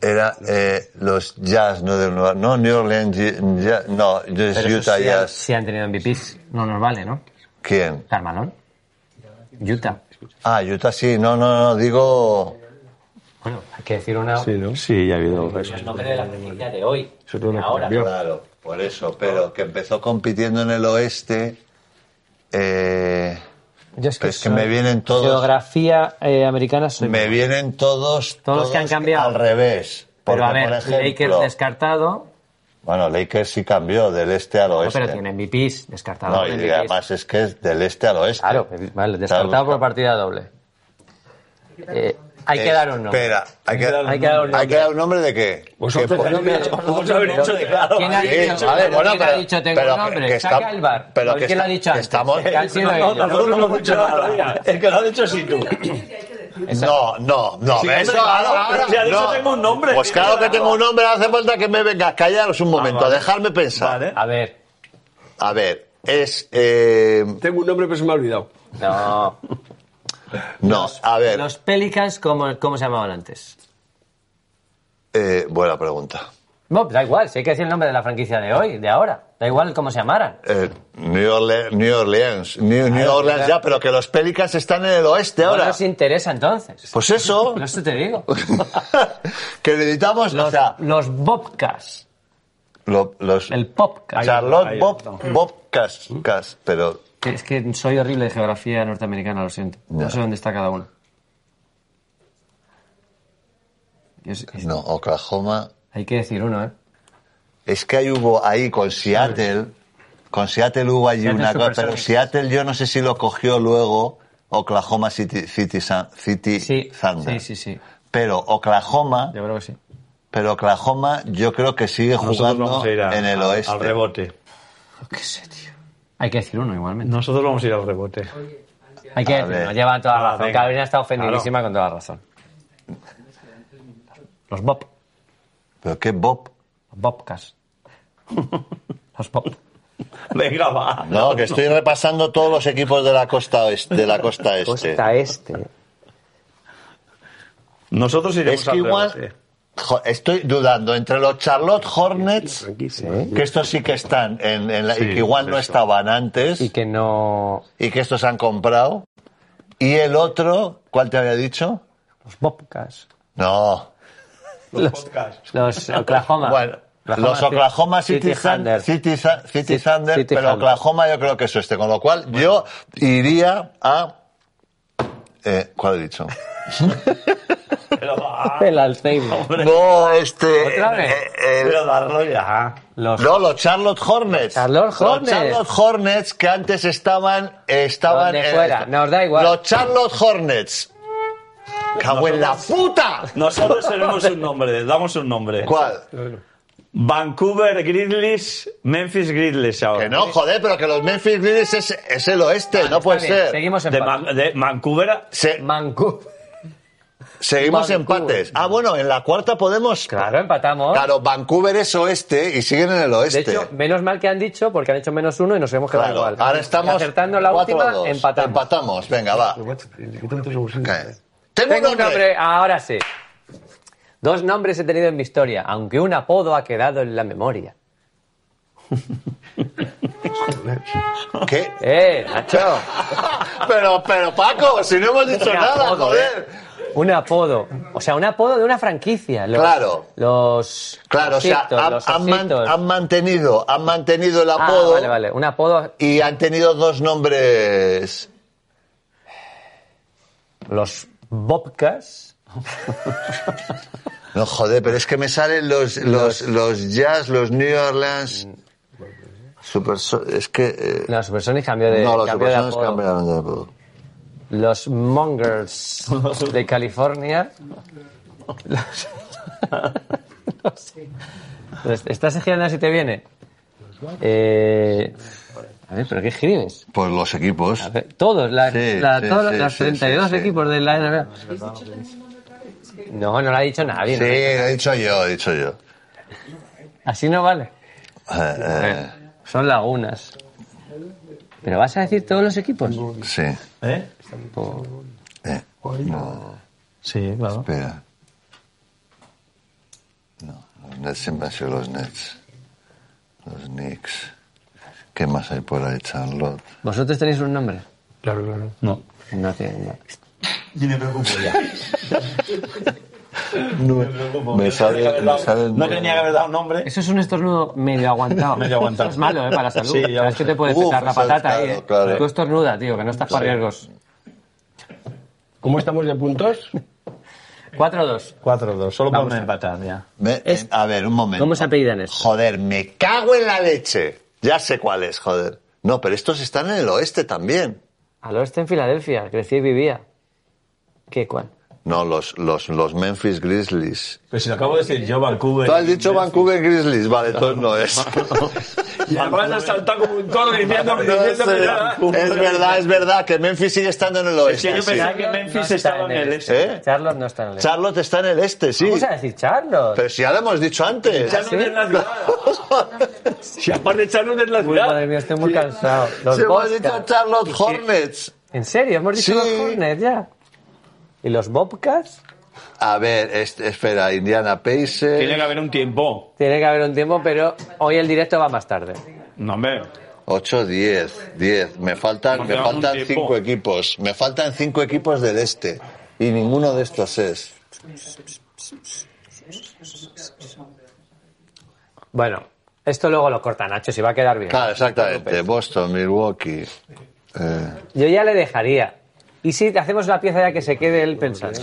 era eh, los Jazz, no de Nueva no New Orleans Ye- Jazz, no, just Utah
Pero esos sí, han,
Jazz.
sí han tenido MVPs. No nos vale, ¿no?
¿Quién?
Carmalón. Utah.
Ah, Utah sí, no, no, no, digo.
Bueno, hay que decir una...
Sí, ¿no?
Sí, ya ha habido.
Los nombres de la franquicia de hoy.
Sobre todo
de
lo que
ahora.
cambió.
Claro, por eso, pero que empezó compitiendo en el oeste. Eh,
Yo es que,
Es que
soy-
me vienen todos-
Geografía eh, americana soy...
me vienen todos,
Todos los que han cambiado.
al revés.
Pero a
Porque,
ver,
por ejemplo,
Lakers descartado.
bueno, Lakers sí cambió del este al
No,
oeste.
pero tiene MVPs. Descartado.
No,
con
y
MVPs.
además es que es del este al oeste.
Claro, eh, vale, descartado por partida doble. Eh, hay que dar un nombre.
Espera, hay que,
Hay que dar un
¿hay que
nombre.
dar un nombre de qué? Que por-
¿Quién ha
Sí,
dicho,
a ver, bueno,
¿quién ha
pero-
dicho tengo
pero
un
que-
nombre?
que
Saca
está-
el bar.
pero que
¿Quién lo ha
está-
dicho antes?
estamos-
Que han sido ellos.
El que lo ha dicho sí tú.
No, no, no.
Sí, hombre,
eso,
claro,
ahora,
pero
ahora,
si ha dicho
no.
tengo un nombre,
Pues
tiene
claro que
razón.
tengo un nombre, hace falta que me venga. Callaros un momento,
vale.
dejarme pensar.
Vale.
A ver,
A ver, es. eh,
Tengo un nombre, pero se me ha olvidado.
no.
no, a ver.
Los Pelicans, ¿cómo, cómo se llamaban antes?
eh, buena pregunta.
No, da igual, si hay que decir el nombre de la franquicia de hoy, de ahora. Da igual cómo se llamaran.
Eh, New, Orle- New Orleans. New, New Orleans
claro.
ya, pero que los Pelicans están en el oeste
No
ahora.
nos interesa entonces.
Pues eso.
No eso te digo.
que necesitamos. o
Los,
sea,
los Bobcats.
lo- los.
El Popcast.
Charlotte Bob, Bobcast, Cas, pero
Es que soy horrible de geografía norteamericana, lo siento.
Ya.
No sé dónde está cada uno. Yo sé-
no, Oklahoma.
Hay que decir uno, ¿eh?
Es que ahí hubo ahí con Seattle, con Seattle hubo allí
Seattle
una cosa,
Supersonics.
pero Seattle yo no sé si lo cogió luego Oklahoma City, City, Sun- City
Sí,
Thunder.
sí, sí, sí.
Pero Oklahoma,
Yo creo que sí.
pero Oklahoma yo creo que sigue
Nosotros
jugando
vamos a ir a-
en el
al-
oeste.
al rebote.
qué sé, tío. Hay que decir uno igualmente.
Nosotros vamos a ir al rebote.
Hay que
A
decir uno.
ver.
Lleva toda la
Ah,
razón.
venga.
Carolina está ofendidísima con toda la razón. Los Bob.
Pero qué Bob.
Los Bobcats. Los Bob.
Venga, va.
No, que estoy repasando todos los equipos de la costa oeste, de la costa este.
Pues este.
Nosotros iremos
Es que
al
igual
rebote.
jo, estoy dudando entre los Charlotte Hornets, que estos sí que están en, en la, y
Sí,
que igual no
eso.
estaban antes.
Y que no.
y que estos han comprado. Y el otro, ¿cuál te había dicho?
Los Bobcats.
No.
Los Ah, Oklahoma.
Bueno, los Oklahoma City, Thun-
Thunder.
City Thu- City
Ci-
Thunder,
City
pero
Thunder.
Oklahoma yo creo que es este, con lo cual yo iría a... eh, ¿Cuál he dicho?
Pero va.
El Alzheimer.
No, este...
¿Otra vez?
eh, el-
Pero darlo ya.
Ah.
Los
no, los Charlotte Hornets.
Charlotte Hornets.
Los Charlotte Hornets que antes estaban... estaban
Donde fuera, nos da igual. Pues
Los Charlotte Hornets. ¡Cago en la puta!
Nosotros tenemos un nombre, damos un nombre.
¿Cuál?
Vancouver Grizzlies, Memphis Grizzlies ahora.
Que no, joder, pero que los Memphis Grizzlies es, es el oeste, no puede
Está bien,
ser.
Seguimos en
De, Ma- de Vancouver. a-
Se-
Mancú.
seguimos
Vancouver.
empates. Ah, bueno, en la cuarta podemos.
Claro, empatamos.
Claro, Vancouver es oeste y siguen en el
De
oeste.
hecho, menos mal que han dicho porque han hecho menos uno y nos hemos quedado
Claro,
igual.
ahora estamos.
Acertando la
4 a
última,
2.
empatamos.
Empatamos, venga, va.
Pues, ¿Qué tantos hemos hecho?
Cae. Tengo,
Tengo un nombre, ahora sí. Dos nombres he tenido en mi historia, aunque un apodo ha quedado en la memoria.
¿Qué?
¡Eh, Nacho!
pero, pero, Paco, si no hemos dicho
Un
nada,
apodo,
joder.
¿eh? Un apodo. O sea, un apodo de una franquicia. Los,
Claro.
Los.
Claro, o
ositos,
sea, han,
los
han man-
ositos.
han mantenido, han mantenido el
Ah,
apodo
vale, vale. Un apodo.
y han tenido dos nombres.
Los Bobcats.
No, joder, pero es que me salen los, los, los jazz, los New
Mm.
Orleans. Super, es que. eh,
No, Supersonic cambió de.
no, los
cambió de
Supersonics
apodo.
cambiaron de apodo.
Los Mongers de California. Los- no sé. Este- Los- ¿Estás girando si te viene? Eh, a ver, ¿pero qué escribes?
Pues los equipos.
A ver, Todos, las,
Sí,
la-
sí,
todos
sí,
los
sí,
32
sí, sí.
equipos de la NBA. No, no lo ha dicho nadie.
Sí,
¿no?
lo he dicho yo, he dicho yo.
Así no vale.
Eh,
A
eh,
ver, son lagunas. ¿Pero vas a decir todos los equipos?
sí.
¿Eh?
Eh, no,
Sí, claro.
espera. Los Nets siempre han sido los Nets. Los Knicks. ¿Qué más hay por ahí, Charlotte?
¿Vosotros tenéis un nombre?
Claro, claro. No.
No tiene nada.
Ni me preocupo ya.
Me sale, me sale el
No tenía que haber dado nombre.
Eso es un estornudo medio aguantado.
Medio aguantado.
Eso Es malo, ¿eh? Para la salud.
Sí, ya
Sabes
lo
que
sé.
te puede
Uf,
petar la
eso es
patata
claro,
ahí, ¿eh?
claro.
Tú estornuda, tío, que no estás para riesgos.
¿Cómo estamos de puntos?
4-2.
4-2. Solo
Vamos
por
a-
empatar ya.
Me-
Es-
A ver, un momento.
¿Cómo se apellidan eso?
Joder, me cago en la leche. Ya sé cuál es, joder. No, pero estos están en el oeste también.
Al oeste en Filadelfia, crecí y vivía. ¿Qué, cuál?
No, los, los, los Memphis Grizzlies.
Pero Pues si lo acabo de decir yo, Vancouver.
Tú has dicho Vancouver Grizzlies, vale, entonces no es.
Y además has saltado como un toro diciéndome,
No es,
diciéndome ya.
es verdad, es verdad que Memphis sigue estando en el
Es Pues
oeste.
que yo
sí.
pensaba que Memphis estaba en el este.
¿Eh?
Charlotte no está en el este.
Charlotte está en el este, sí.
Vamos a decir Charlotte.
Pero si ya lo hemos dicho antes.
Charlotte es la ciudad. Si aparte Charlotte es la
Uy,
ciudad.
madre mía, estoy muy cansado. Los
Si hemos
Bobcats.
dicho Charlotte Hornets.
¿En serio? ¿Hemos
Sí.
dicho los Hornets ya? ¿Y los Bobcats?
A ver, este, espera, Indiana Pacers.
Tiene que haber un tiempo.
Tiene que haber un tiempo, pero hoy el directo va más tarde.
No, hombre.
8, 10, 10. Me faltan,
Nos
me
quedamos
faltan
un tiempo.
cinco equipos. Me faltan cinco equipos del este. Y ninguno de estos es.
Bueno, esto luego lo corta Nacho, si va a quedar bien.
Claro, exactamente. Boston, Milwaukee. Eh,
Yo ya le dejaría. Y si te hacemos una pieza ya que se quede él pensando.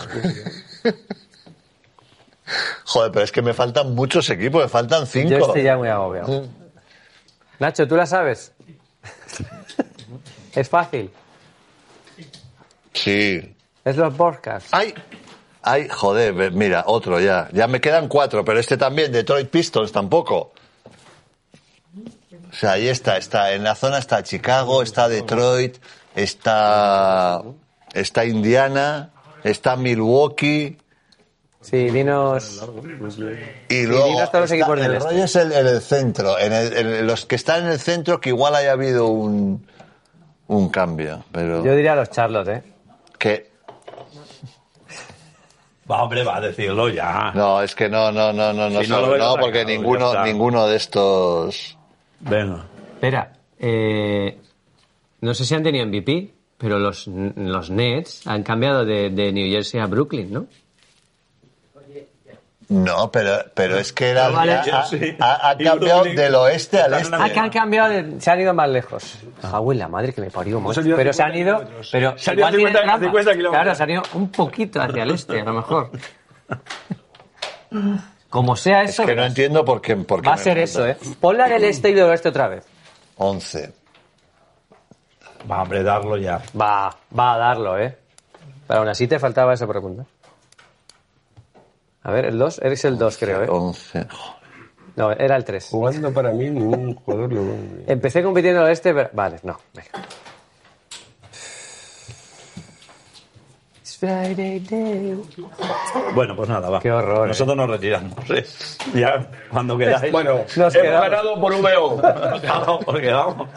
Joder, pero es que me faltan muchos equipos. Me faltan
Yo
cinco.
estoy ya muy agobiado. Nacho, ¿tú la sabes? es fácil.
Sí.
Es los Borcas.
¡Ay! ¡Ay, joder! ve- Mira, otro ya. Ya me quedan cuatro, pero este también, Detroit Pistons tampoco. O sea, ahí está, está. En la zona está Chicago, está Detroit, está. está Indiana, está Milwaukee.
Sí, dinos.
Y luego.
dinos todos los
está-
equipos del
el
este.
rollo es el- en el centro. En, el- en los que están en el centro, que igual haya habido un. un cambio. Pero.
Yo diría los Charlotte, ¿eh?
que.
Va, hombre, va a decirlo ya.
No, es que no, no, no, no, no,
Si no
son-
lo hubiera
no, porque
sacado, ya
ninguno,
está.
ninguno de estos.
Venga.
Espera, eh, no sé si han tenido MVP, pero los, los Nets han cambiado de, de New Jersey a Brooklyn, ¿no?
No, pero, pero es que era,
No vale,
ha-
yo
ha,
sí.
ha- ha
Y
cambiado
Brooklyn.
del oeste al
Están en
este.
la
Ah, que han cambiado, de- se han ido más lejos. Jagüey, Ah. la madre que me parió. macho.
han ido
pero se han
50
ido,
kilómetros.
pero
Se han ido
igual tienen
50
trampa.
50 kilómetros.
Claro, se han ido un poquito hacia el este, a lo mejor. Como sea
Es
eso,
que no entiendo por qué. por qué
va a
me
ser
manda.
eso, ¿eh? Ponla del este y del oeste otra vez.
11.
Va, hombre, darlo ya.
Va, va a darlo, ¿eh? Pero aún así te faltaba esa pregunta. A ver, el 2, eres el 2 creo, ¿eh?
11.
No, era el 3.
Jugando para mí, ningún jugador lo
Empecé compitiendo al este, pero... Vale, no. venga. It's Friday day.
Bueno, pues nada, va.
Qué horror,
Nosotros nos retiramos. ¿eh? Ya, cuando queráis.
Bueno,
Nos
hemos
quedamos.
ganado por VO.
Claro, porque vamos.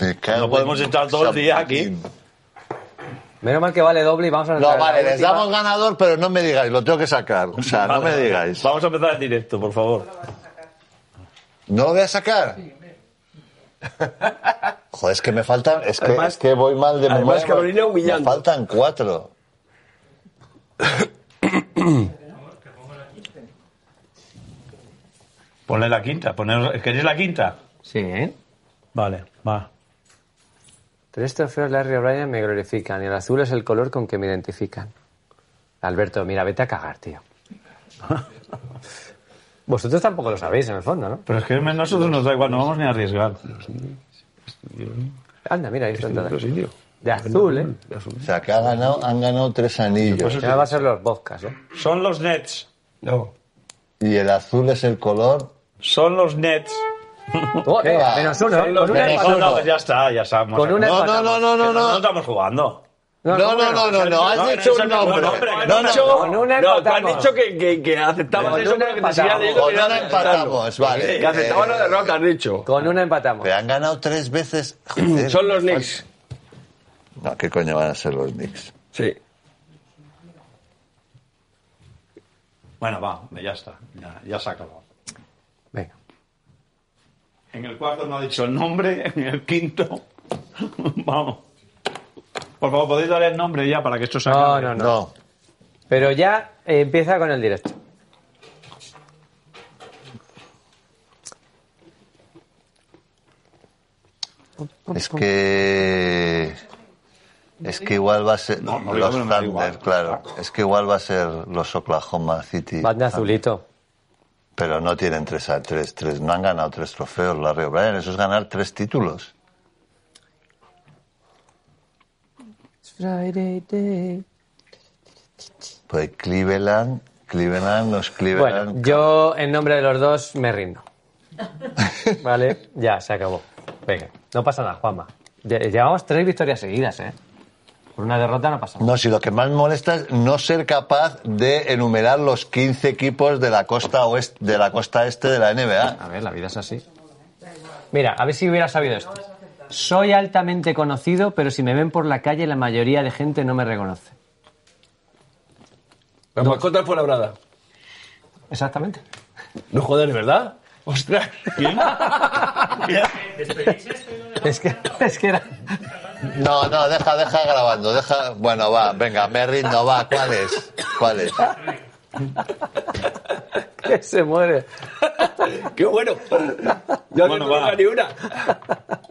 Me cago
No
en
podemos estar todo el día
San
aquí.
Martín.
Menos mal que vale doble y vamos a...
No,
la
vale, les
última.
damos ganador, pero no me digáis, lo tengo que sacar. O sea, no me digáis.
Vamos a empezar el directo, por favor.
¿No lo voy a sacar? Joder, es que me faltan. Es que,
Además-
es que voy mal de
además,
memoria. me-
Carolina humillando.
Me faltan cuatro.
Ponle la quinta. Poner... ¿Queréis la quinta?
Sí, ¿eh?
Vale, va.
Tres trofeos Larry O'Brien me glorifican y el azul es el color con que me identifican. Alberto, mira, vete a cagar, tío. Vosotros tampoco lo sabéis, en el fondo, ¿no?
Pero es que nosotros nos da igual, no vamos ni a arriesgar.
Anda, mira, ahí está entrada.
Otro sitio.
De azul, ¿eh?
O sea, que ha ganado, han ganado tres
pues,
anillos.
Ya va a ser los vodkas, ¿eh?
Son los Nets.
No.
Y el azul es el color.
Son los Nets.
Oh,
¿Qué
eh,
va?
menos uno, ¿eh? Con una
Menos
empatamos.
No, no, ya está, ya estamos.
Con una
No, no,
empatamos.
no, no, no,
no, no
no.
estamos jugando.
No, no, no, no, no,
no, no,
has dicho
no,
un
no,
nombre.
no, hombre,
No,
Has
no,
dicho-
con una
no, tú has
empatamos.
dicho que, que, que aceptabas
Con
eso,
una
pero que te sigas
empatamos.
leyendo
Con
que ya
una
te aceptaron.
empatamos, vale.
Que aceptaban la derrota, has dicho.
Con una empatamos.
Pero han ganado tres veces. Joder.
Son los Knicks.
No, ¿qué coño van a ser los Knicks?
Sí.
Bueno, va, ya está. Ya, ya se ha acabado.
Venga.
En el cuarto no ha dicho el nombre, en el quinto. Vamos. Por favor, podéis dar el nombre ya para que esto se
No,
acabe.
no, no.
No.
Pero ya eh, empieza con el directo.
Es que. Es que igual va a ser.
No, no digo
los
que no me da
Thunder,
igual.
claro. Es que igual va a ser los Oklahoma City.
Banda azulito.
Pero no tienen tres, a- tres, tres. No han ganado tres trofeos, Larry O'Brien. Eso es ganar tres títulos. Pues Cleveland. Cleveland, los Cleveland.
Bueno, yo en nombre de los dos me rindo. Vale, ya, se acabó. Venga, no pasa nada, Juanma. Lle- Llevamos tres victorias seguidas, ¿eh? Por una derrota no pasa nada.
No, si lo que más molesta es no ser capaz de enumerar los 15 equipos de la costa oeste, de la costa este de la NBA.
A ver, la vida es así. Mira, a ver si hubiera sabido esto. Soy altamente conocido, pero si me ven por la calle, la mayoría de gente no me reconoce.
La mascota fue labrada.
Exactamente.
No joder, ¿verdad? Ostras.
Es que, es que era.
No, no, deja, deja grabando, deja. Bueno, va, venga, me rindo, va, ¿cuál es? ¿Cuál es?
que se muere.
¡Qué bueno! Yo
Bueno,
no
va.
tengo ni una.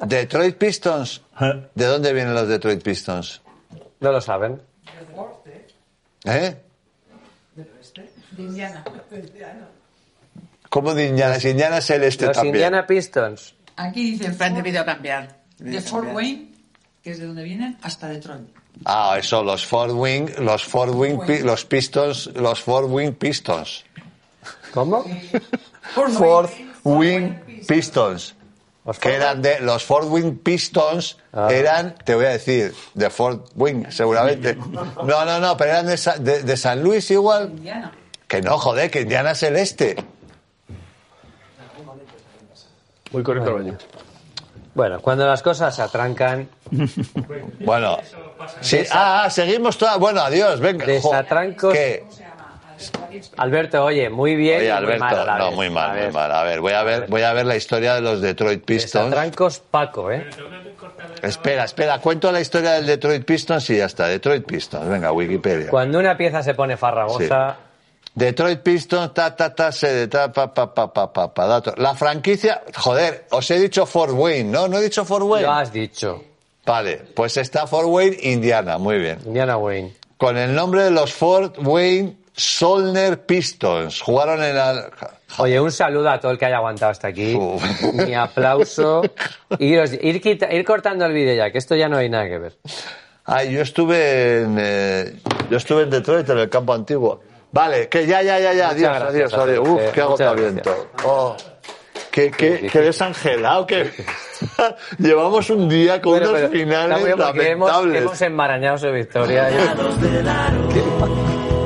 Detroit Pistons. ¿De dónde vienen los Detroit Pistons?
No lo saben.
¿Eh? ¿Cómo de Indiana? Si Indiana es el este
Los
también.
Indiana Pistons.
Aquí dicen
Han
Fort-
debido cambiar.
de Fort Wayne, que es de donde vienen, hasta Detroit.
Ah, eso, los Fort Wing, los Fort Wing, Pi- los Pistons, los Fort Wing Pistons.
¿Cómo?
Fort Wing Pistons.
Los
Que
Fort-
eran de los Fort Wing Pistons,
Ah.
eran, te voy a decir, de Fort Wing, seguramente. No, no, no, pero eran de, Sa- de- de San Luis igual.
Indiana.
Que no, joder, que Indiana es el este.
Voy correcto al baño.
Bueno, cuando las cosas se atrancan,
Bueno, sí, ah, ah, seguimos toda. Bueno, adiós, venga. jo.
Desatrancos.
¿Qué?
Alberto, oye, muy bien. y
Oye,
muy
Alberto,
mal a la
no,
vez.
muy
A
mal,
ver,
muy mal. A ver, voy a ver, voy a ver la historia de los Detroit Pistons.
Desatrancos Paco, ¿eh?
Espera, espera, cuento la historia del Detroit Pistons y ya está. Detroit Pistons, venga, Wikipedia.
Cuando una pieza se pone farragosa,
Detroit Pistons, ta, ta, ta, se de ta, pa, pa, pa, pa, pa, pa, dato. La franquicia, joder, os he dicho Fort Wayne, ¿no? No he dicho Fort Wayne.
lo has dicho.
Vale, pues está Fort Wayne, Indiana, muy bien.
Indiana Wayne.
Con el nombre de los Fort Wayne Solner Pistons. Jugaron en la...
Oye, un saludo a todo el que haya aguantado hasta aquí.
Uf.
Mi aplauso. Iros- ir, quita- ir cortando el vídeo ya, que esto ya no hay nada que ver.
Ay, Ah, yo estuve en... eh, yo estuve en Detroit, en el campo antiguo. Vale, que ya, ya, ya, ya. Adiós,
Muchas
adiós,
gracias,
adiós.
Jorge.
Uf, qué
Muchas
agotamiento. Oh, qué, qué, qué desangelado que... Llevamos un día con
Bueno,
unos
pero está muy
finales
bien porque hemos,
lamentables.
hemos enmarañado su victoria.
Colgados del aro.